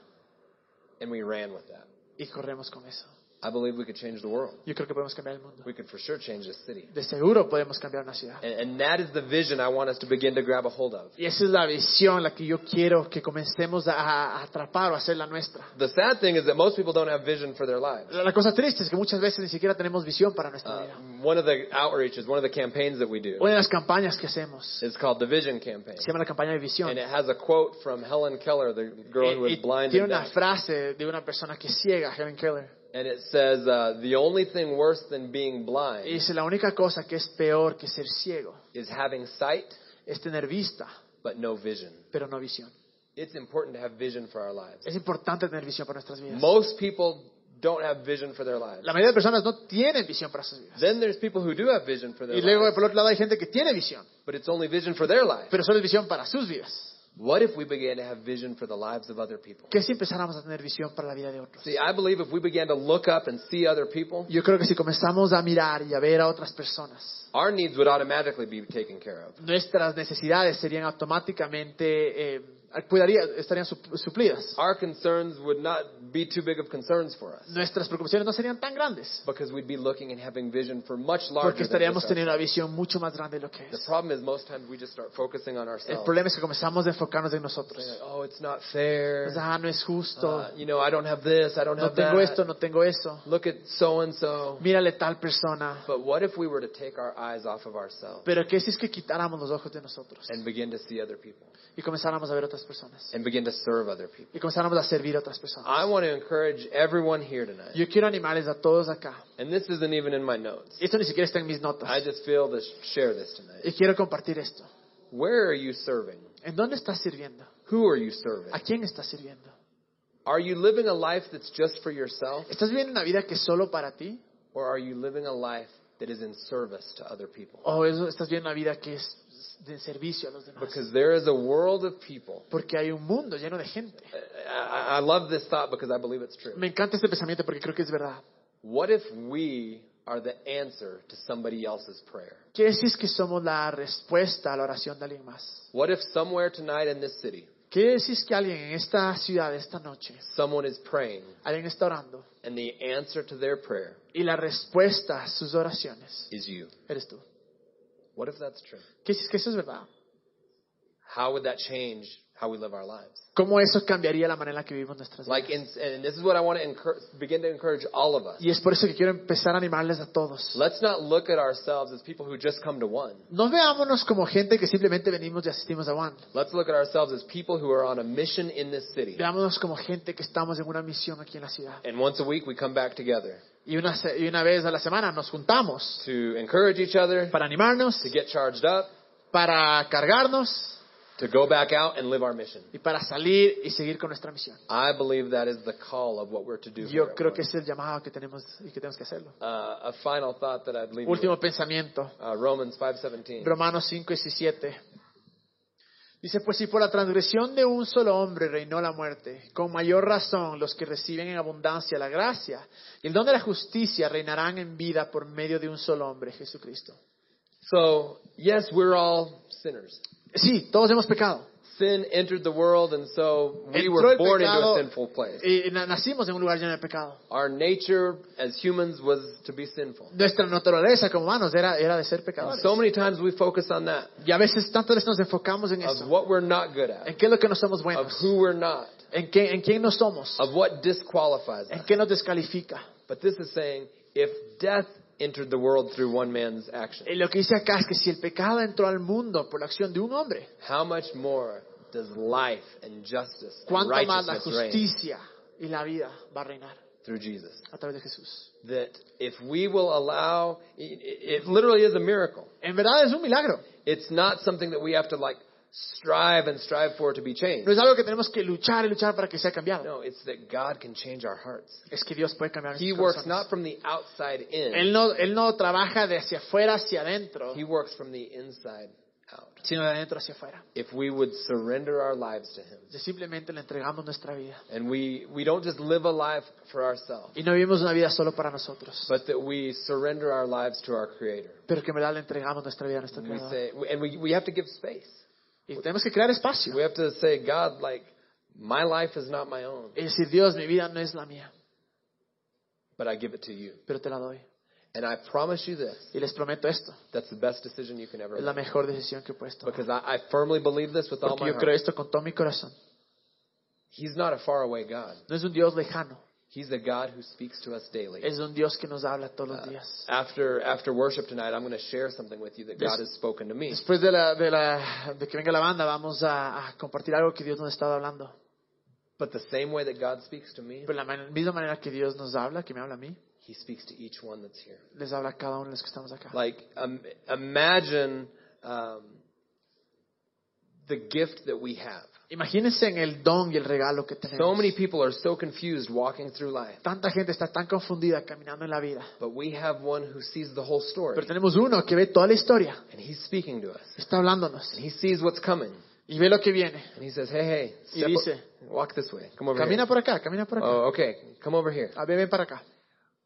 S1: And we ran with that.
S2: Y corremos con eso.
S1: I believe we could change the world.
S2: Yo creo que podemos cambiar el mundo.
S1: We could for sure change this city.
S2: De seguro podemos cambiar una ciudad.
S1: And, and that is the vision I want us to begin to grab a hold of.
S2: Y esa es la visión, la que yo quiero que comencemos a, a atrapar o a hacer la nuestra.
S1: The sad thing is that most people don't have vision for their lives.
S2: La cosa triste es que muchas veces ni siquiera tenemos visión para nuestra
S1: Uh,
S2: vida.
S1: one of the outreaches, one of the campaigns that we do
S2: Una de las campañas que hacemos
S1: is called the Vision Campaign.
S2: se llama la campaña de visión. Eh,
S1: And it has a quote from Helen Keller, the girl who was
S2: Y- y
S1: blind
S2: tiene
S1: and
S2: una
S1: deaf.
S2: frase de una persona que es ciega, Helen Keller.
S1: And it says, uh, the only thing worse than being
S2: Y
S1: blind
S2: dice, la única cosa que es peor que ser ciego
S1: is having sight
S2: es tener vista,
S1: but no vision.
S2: pero no visión.
S1: It's important to have vision for our lives.
S2: Es importante tener visión para nuestras vidas.
S1: Most people don't have vision for their lives.
S2: La mayoría de personas no tienen visión para sus vidas.
S1: Then there's people who do have vision for their
S2: Y luego,
S1: lives.
S2: por otro lado, hay gente que tiene visión,
S1: But it's only vision for their life.
S2: pero solo es visión para sus vidas.
S1: What if we began to have vision for the lives of other people?
S2: ¿Qué si empezáramos a tener visión para la vida de otros?
S1: See, I believe if we began to look up and see other people,
S2: Yo creo que si comenzamos a mirar y a ver a otras personas,
S1: our needs would automatically be taken care of.
S2: nuestras necesidades serían automáticamente eh, cuidaría, estarían sup- suplidas.
S1: Our concerns would not be too big of concerns for us
S2: Nuestras preocupaciones no serían tan grandes
S1: because we'd be looking and having vision for much larger.
S2: porque
S1: than
S2: estaríamos
S1: just
S2: teniendo una visión mucho más grande de lo que
S1: us. The
S2: es.
S1: problem is most times we just start focusing on
S2: El
S1: ourselves.
S2: problema es que comenzamos a enfocarnos en
S1: Like,
S2: nosotros.
S1: oh, it's not fair.
S2: Pues, ah, no es justo,
S1: Uh, you know, I don't have this. I don't
S2: no
S1: have
S2: tengo esto,
S1: that.
S2: no tengo eso.
S1: Look at so and so.
S2: Mírale tal persona.
S1: But what if we were to take our eyes off of ourselves
S2: Pero que si es que quitáramos los ojos de nosotros
S1: and begin to see other people
S2: y comenzáramos a ver otras personas
S1: and begin to serve other people?
S2: y comenzáramos a servir a otras
S1: I
S2: personas.
S1: want to encourage everyone here tonight,
S2: Yo quiero animarles a todos acá.
S1: and this isn't even in my notes.
S2: Esto ni siquiera está en mis notas.
S1: I just feel to share this tonight.
S2: Y quiero compartir esto.
S1: Where are you serving?
S2: ¿En dónde estás sirviendo?
S1: Who are you serving?
S2: ¿A quién estás sirviendo?
S1: Are you living a life that's just for yourself,
S2: ¿Estás viviendo una vida que es solo para ti?
S1: or are you living a life that is in service to other people?
S2: ¿O es- estás viviendo una vida que es de servicio a los demás?
S1: Because there is a world of people.
S2: Porque hay un mundo lleno de gente.
S1: I, I I love this thought because I believe it's true.
S2: Me encanta este pensamiento porque creo que es verdad.
S1: What if we are the answer to somebody else's prayer?
S2: ¿Qué decís que somos la respuesta a la oración de alguien más?
S1: What if somewhere tonight in this city,
S2: ¿Qué decís que alguien en esta ciudad, esta noche,
S1: someone is praying
S2: alguien está orando
S1: and the answer to their prayer
S2: y la respuesta a sus oraciones
S1: is you?
S2: eres tú?
S1: What if that's true?
S2: ¿Qué decís que eso es verdad?
S1: How would that change how we live our lives?
S2: ¿Cómo eso cambiaría la manera en la que vivimos nuestras
S1: Like,
S2: vidas?
S1: in, and this is what I want to encourage, begin to encourage all of us.
S2: Y es por eso que quiero empezar a animarles a todos.
S1: Let's not look at ourselves as people who just come to one.
S2: No veámonos como gente que simplemente venimos y asistimos a One.
S1: Let's look at ourselves as people who are on a mission in this city.
S2: Veámonos como gente que estamos en una misión aquí en la ciudad.
S1: And once a week we come back together
S2: Y una, se- y una vez a la semana nos juntamos
S1: to encourage each other,
S2: para animarnos,
S1: to get charged up,
S2: para cargarnos
S1: to go back out and live our mission.
S2: y para salir y seguir con nuestra misión.
S1: I believe that is the call of what we're to do. here
S2: Yo
S1: at
S2: creo
S1: One.
S2: que es el llamado que tenemos y que tenemos que hacerlo.
S1: uh, a final thought that I'd leave. you
S2: Último pensamiento.
S1: with, uh, Romans 5:17.
S2: Romanos 5, 17. Dice, pues si por la transgresión de un solo hombre reinó la muerte, con mayor razón los que reciben en abundancia la gracia y el don de la justicia reinarán en vida por medio de un solo hombre, Jesucristo.
S1: So yes, we're all sinners.
S2: Sí, todos hemos pecado.
S1: Sin entered the world, and so we
S2: Entró
S1: were
S2: el
S1: born into
S2: pecado
S1: a sinful place.
S2: y na- nacimos en un lugar lleno de pecado.
S1: Our nature as humans was to be sinful.
S2: Nuestra naturaleza como humanos era, era de ser
S1: And
S2: pecadores.
S1: so many times we focus on that
S2: Y a veces tantas veces nos enfocamos en
S1: of
S2: eso,
S1: what we're not good at,
S2: en qué es lo que no somos
S1: of
S2: buenos,
S1: who we're not,
S2: en, qué, en quién no somos,
S1: of what disqualifies
S2: en
S1: us.
S2: qué nos descalifica.
S1: But this is saying if death entered the world through one man's action,
S2: Y Eh, lo que dice acá es que si el pecado entró al mundo por la acción de un hombre,
S1: how much more does life and justice and
S2: ¿cuánto más la
S1: righteousness reign
S2: justicia y la vida va a reinar
S1: through Jesus?
S2: a través de Jesús?
S1: That if we will allow, it, it literally is a miracle.
S2: En verdad es un milagro.
S1: It's not something that we have to like strive and strive for to be changed.
S2: No es algo que tenemos que luchar y luchar para que sea cambiado.
S1: No, it's that God can change our hearts.
S2: Es que Dios puede cambiar
S1: He
S2: nuestros
S1: works
S2: corazones.
S1: not from the outside in,
S2: Él no, él no trabaja de hacia afuera hacia adentro,
S1: He works from the inside out.
S2: sino de adentro hacia afuera.
S1: If we would surrender our lives to Him,
S2: Entonces, simplemente le entregamos nuestra vida.
S1: and we, we don't just live a life for ourselves,
S2: Y no vivimos una vida solo para nosotros,
S1: but that we surrender our lives to our Creator.
S2: pero que en verdad le entregamos nuestra vida a nuestro
S1: And we
S2: Creador.
S1: say, and we, we have to give space.
S2: Y tenemos que crear espacio.
S1: We have to say, God, like, my life is not my own,
S2: Es decir, Dios, mi vida no es la mía,
S1: but I give it to you.
S2: pero te la doy.
S1: And I promise you this
S2: Y les prometo esto.
S1: that's the best decision you can ever
S2: Es la
S1: make.
S2: mejor decisión que puedes tomar.
S1: Because I, I firmly believe this with all
S2: Porque
S1: my
S2: yo creo
S1: heart.
S2: esto con todo mi corazón.
S1: He's not a faraway God.
S2: No es un Dios lejano,
S1: He's a God who speaks to us daily.
S2: es un Dios que nos habla todos los días.
S1: After after worship tonight, I'm going to share something with you that
S2: Yes.
S1: God has spoken to me.
S2: Después de, la, de, la, de que venga la banda, vamos a, a compartir algo que Dios nos estaba hablando.
S1: But the same way that God speaks to me,
S2: Pero la man- misma manera que Dios nos habla, que me habla a mí,
S1: He speaks to each one that's here.
S2: les habla a cada uno de los que estamos acá.
S1: Like um, imagine um, the gift that we have.
S2: Imagínense en el don y el regalo que
S1: So
S2: tenemos.
S1: many people are so confused walking through life,
S2: Tanta gente está tan confundida caminando en la vida.
S1: but we have one who sees the whole story,
S2: Pero tenemos uno que ve toda la historia,
S1: and He's speaking to us.
S2: está hablándonos
S1: He sees what's coming,
S2: y ve lo que viene.
S1: and He says, "Hey, hey,
S2: Y
S1: step o-
S2: dice,
S1: walk this way. Come over here.
S2: Camina por acá, camina por acá.
S1: Oh, okay. Come over here.
S2: A ver, ven para acá.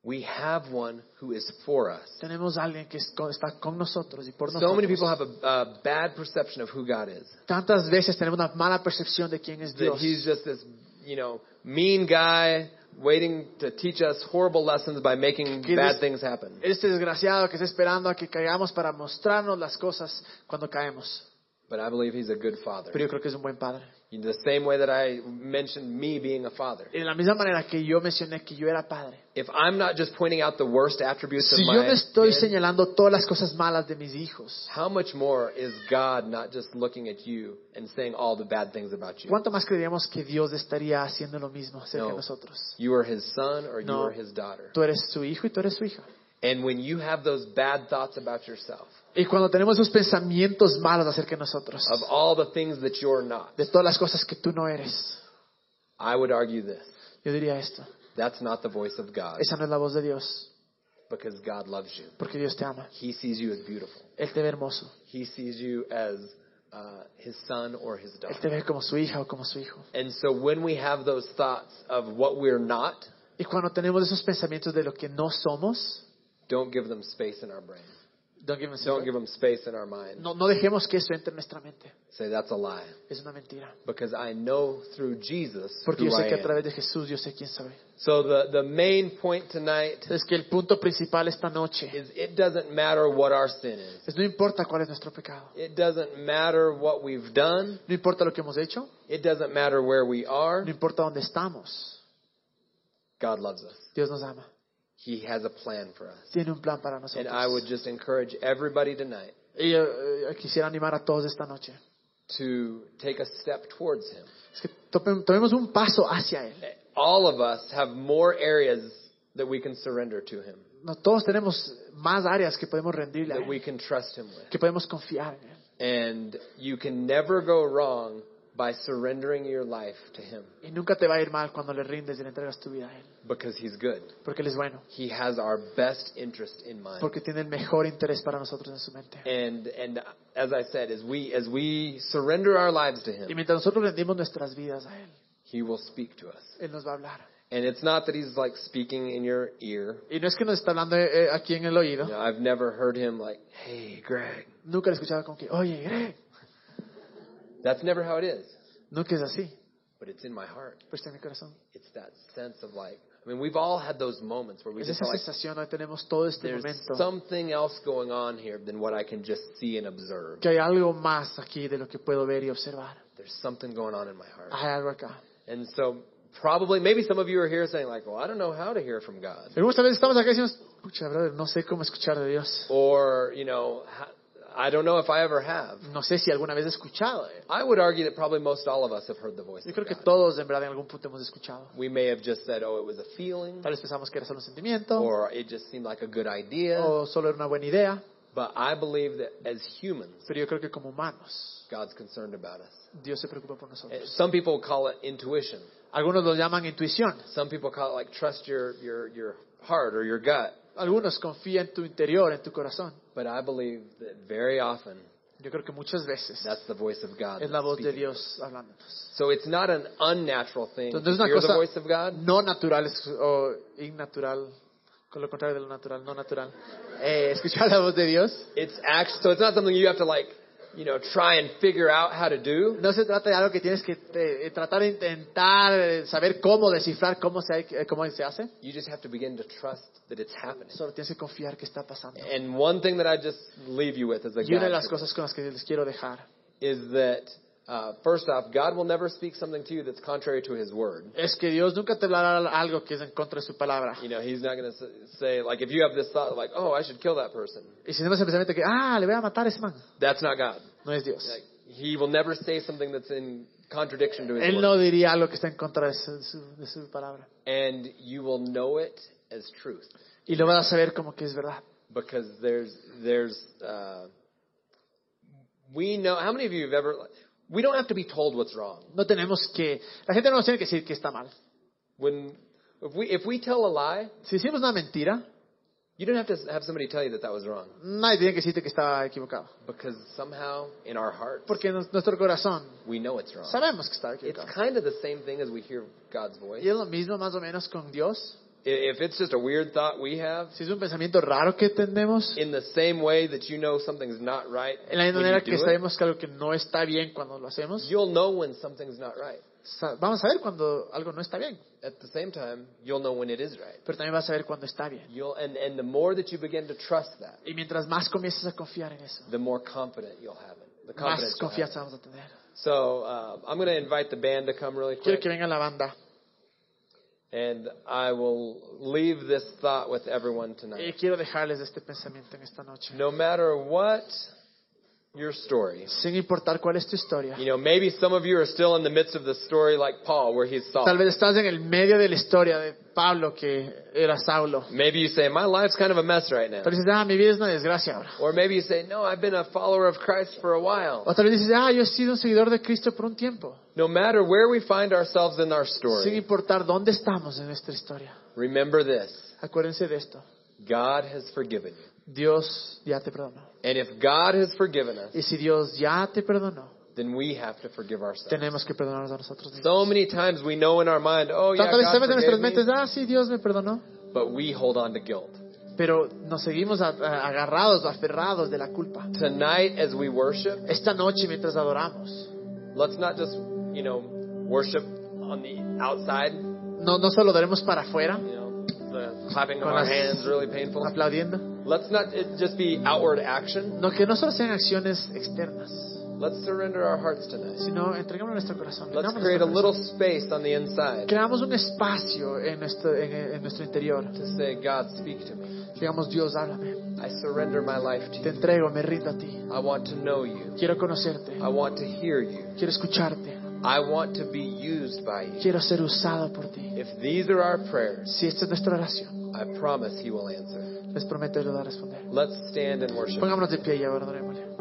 S1: we have one who is for us.
S2: Tenemos a alguien que es- con- está con nosotros y por
S1: So many people
S2: nosotros.
S1: have a, a bad perception of who God is.
S2: Tantas veces tenemos una mala percepción de quién es
S1: That
S2: Dios.
S1: he's just this, you know, mean guy waiting to teach us horrible lessons by making
S2: Que
S1: bad
S2: des-
S1: things happen.
S2: Este desgraciado que está esperando a que caigamos para mostrarnos las cosas cuando caemos.
S1: But I believe he's a good father.
S2: Pero yo creo que es un buen padre.
S1: In the same way that I mentioned me being a father.
S2: En la misma manera que yo mencioné que yo era padre.
S1: If I'm not just pointing out the worst attributes
S2: Si
S1: of
S2: yo
S1: my
S2: no estoy
S1: kid,
S2: señalando todas las cosas malas de mis hijos,
S1: how much more is God not just looking at you and saying all the bad things about you?
S2: ¿cuánto más creeríamos que Dios estaría haciendo lo mismo acerca de
S1: No.
S2: nosotros?
S1: You are his son or you
S2: No.
S1: are his daughter.
S2: Tú eres su hijo y tú eres su hija.
S1: And when you have those bad thoughts about yourself,
S2: Y cuando tenemos esos pensamientos malos acerca de nosotros,
S1: of all the things that you're not,
S2: de todas las cosas que tú no eres,
S1: I would argue this.
S2: yo diría esto,
S1: That's not the voice of God
S2: esa no es la voz de Dios,
S1: because God loves you.
S2: porque Dios te ama,
S1: He sees you as beautiful.
S2: Él te ve hermoso,
S1: He sees you as uh, his son or his
S2: Él te
S1: daughter.
S2: ve como su hija o como su hijo.
S1: And so when we have those thoughts of what we're not,
S2: Y cuando tenemos esos pensamientos de lo que no somos,
S1: don't give them space in our brain.
S2: don't give us-
S1: Don't give them space in our mind.
S2: no, no dejemos que eso entre en nuestra mente,
S1: Say that's a lie
S2: es una mentira.
S1: because I know through Jesus
S2: Porque
S1: who
S2: yo sé
S1: I
S2: que a
S1: am.
S2: través de Jesús yo sé quién soy.
S1: So the the main point tonight
S2: Es que el punto principal esta noche
S1: is it doesn't matter what our sin is.
S2: es no importa cuál es nuestro pecado,
S1: It doesn't matter what we've done.
S2: no importa lo que hemos hecho,
S1: It doesn't matter where we are.
S2: no importa dónde estamos,
S1: God loves us.
S2: Dios nos ama,
S1: He has a plan for us.
S2: tiene un plan para
S1: And I would
S2: nosotros.
S1: just encourage everybody tonight
S2: Y eh, eh, quisiera animar a todos esta noche,
S1: to take a step towards him.
S2: es que tope- tomemos un paso hacia Él.
S1: All of us have more areas that we can surrender to him,
S2: No, todos tenemos más áreas que podemos rendirle, a
S1: that we
S2: él,
S1: can trust him with.
S2: que podemos confiar en Él.
S1: And you can never go wrong by surrendering your life to him
S2: Y nunca te va a ir mal cuando le rindes y le entregas tu vida a Él,
S1: because he's good.
S2: porque Él es bueno,
S1: He has our best interest in mind.
S2: porque tiene el mejor interés para nosotros en su mente.
S1: And and as I said, as we as we surrender our lives to
S2: Y
S1: him,
S2: mientras nosotros rendimos nuestras vidas a Él,
S1: he will speak to us.
S2: Él nos va a hablar.
S1: And it's not that he's like speaking in your ear.
S2: Y no es que nos está hablando eh, aquí en el oído.
S1: You know, I've never heard him like, "Hey, Greg."
S2: Nunca lo escuchaba con que, oye, Greg.
S1: That's never how it is.
S2: Nunca es así.
S1: But it's in my heart.
S2: Pero está en mi corazón.
S1: It's that sense of like, I mean, we've all had those moments where we
S2: Es
S1: just
S2: esa
S1: felt like
S2: sensación, hoy tenemos todo este
S1: there's
S2: momento.
S1: something else going on here than what I can just see and observe.
S2: Que hay algo más aquí de lo que puedo ver y observar.
S1: There's something going on in my heart.
S2: Hay algo acá.
S1: And so probably maybe some of you are here saying like, "Well, I don't know how to hear from God."
S2: Pero muchas veces estamos acá y decimos, pucha, brother, no sé cómo escuchar de Dios.
S1: Or, you know, "How- I don't know if I ever have.
S2: No sé si alguna vez he escuchado. de él.
S1: I would argue that probably most all of us have heard the voice
S2: Yo
S1: of
S2: creo que
S1: God.
S2: todos, en verdad, en algún punto hemos escuchado.
S1: We may have just said, "Oh, it was a feeling,"
S2: Tal vez pensamos que era solo un sentimiento
S1: or it just seemed like a good idea.
S2: o solo era una buena idea.
S1: But I believe that as humans,
S2: Pero yo creo que como humanos,
S1: God's concerned about us.
S2: Dios se preocupa por
S1: Uh,
S2: nosotros.
S1: Some people call it intuition.
S2: Algunos lo llaman intuición.
S1: Some people call it like trust your your your heart or your gut.
S2: Algunos confían en tu interior, en tu corazón.
S1: But I believe that very often
S2: Yo creo que muchas veces
S1: that's the voice of God.
S2: es la voz de
S1: speaking.
S2: Dios hablándonos.
S1: So it's not an unnatural thing to
S2: Entonces es una
S1: hear the
S2: cosa
S1: voice of God.
S2: no natural es- o innatural, con lo contrario de lo natural, no natural. Eh, escuchar la voz de Dios
S1: It's act so it's not something you have to like, you know, try and figure out how to do.
S2: no se trata de algo que tienes que eh, tratar de intentar eh, saber cómo descifrar cómo se, hay que- cómo se hace.
S1: You just have to begin to trust that it's happening.
S2: Solo tienes que confiar que está pasando.
S1: And one thing that I just leave you with as a
S2: Y una de
S1: guide
S2: las cosas con las que les quiero dejar
S1: is that uh, first off, God will never speak something to you that's contrary to His word.
S2: es que Dios nunca te hablará algo que es en contra de su palabra.
S1: You know, he's not going to say, like, if you have this thought, like, oh, I should kill that person.
S2: Y si tenemos el pensamiento que, ah, le voy a matar a ese man,
S1: That's not God.
S2: no es Dios.
S1: Like, he will never say something that's in contradiction to his
S2: Él
S1: word.
S2: no diría algo que está en contra de su, su- de su palabra.
S1: And you will know it as truth
S2: Y lo vas a saber como que es verdad.
S1: because there's, there's, uh, we know, how many of you have ever, we don't have to be told what's wrong.
S2: No tenemos que... La gente no nos tiene que decir que está mal.
S1: When, if we, if we tell a lie,
S2: Si hicimos una mentira,
S1: you don't have to have somebody tell you that that was wrong
S2: nadie tiene que decirte que estaba equivocado.
S1: because somehow in our heart,
S2: Porque nos- nuestro corazón
S1: we know it's wrong.
S2: sabemos que estaba
S1: It's
S2: equivocado.
S1: kind of the same thing as we hear God's voice.
S2: Y es lo mismo más o menos con Dios.
S1: If it's just a weird thought we have,
S2: Si es un pensamiento raro que tenemos,
S1: in the same way that you know something's not right,
S2: en la misma
S1: when
S2: manera
S1: you
S2: que
S1: do it,
S2: sabemos que algo que no está bien cuando lo hacemos,
S1: you'll know when something's not right.
S2: sa- vamos a ver cuando algo no está bien,
S1: At the same time, you'll know when it is right.
S2: pero también vas a ver cuando está bien.
S1: You'll and and the more that you begin to trust that,
S2: Y mientras más comiences a confiar en eso,
S1: the more confident you'll have it. The confidence.
S2: más
S1: you'll have
S2: confianza vamos a tener.
S1: it. So uh, I'm going to invite the band to come really
S2: Quiero
S1: quick,
S2: que venga la banda
S1: and I will leave this thought with everyone
S2: y
S1: tonight.
S2: quiero dejarles este pensamiento en esta noche.
S1: No matter what your story,
S2: Sin importar cuál es tu historia.
S1: you know, maybe some of you are still in the midst of the story like Paul, where he's Saul.
S2: Tal vez estás en el medio de la historia de Pablo que era Saulo.
S1: Maybe you say, my life's kind of a mess right now.
S2: Tal vez dices, ah, mi vida es una desgracia ahora.
S1: Or maybe you say, no, I've been a follower of Christ for a while.
S2: O tal vez dices, ah, yo he sido un seguidor de Cristo por un tiempo.
S1: No matter where we find ourselves in our
S2: Sin
S1: story,
S2: importar dónde estamos en nuestra historia.
S1: remember this.
S2: Acuérdense de esto.
S1: God has forgiven you.
S2: Dios ya te perdonó.
S1: And if God has forgiven us,
S2: Y si Dios ya te perdonó,
S1: then we have to forgive ourselves.
S2: tenemos que perdonarnos a nosotros mismos.
S1: So many times we know in our mind, oh yeah,
S2: Tantas veces
S1: God
S2: sabes de nuestras
S1: forgave me,
S2: mentes, ah, sí, Dios me perdonó.
S1: but we hold on to guilt.
S2: Pero nos seguimos a- a- agarrados, aferrados de la culpa.
S1: Tonight as we worship,
S2: Esta noche mientras adoramos,
S1: let's not just, you know, worship on the outside,
S2: no, no solo daremos para afuera,
S1: you know, the clapping of
S2: Con
S1: our
S2: las-
S1: hands really painful.
S2: aplaudiendo.
S1: Let's not it just be outward action.
S2: No, que no solo sean acciones externas,
S1: Let's surrender our hearts tonight.
S2: sino entreguemos nuestro corazón.
S1: Let's
S2: tengamos
S1: create a
S2: nuestro
S1: little
S2: corazón.
S1: space on the inside
S2: Creamos un espacio en nuestro, en, en nuestro interior.
S1: to say, God, speak to me.
S2: Digamos, Dios, háblame.
S1: I surrender my life to you.
S2: Te entrego, me rindo a ti.
S1: I want to know you.
S2: Quiero conocerte.
S1: I want to hear you.
S2: Quiero escucharte.
S1: I want to be used by you.
S2: Quiero ser usado por ti.
S1: If these are our prayers,
S2: Si esta es nuestra oración,
S1: I promise He will answer.
S2: les prometo que lo va a responder.
S1: Let's stand and worship.
S2: Pongámonos de pie y ahora orémosle.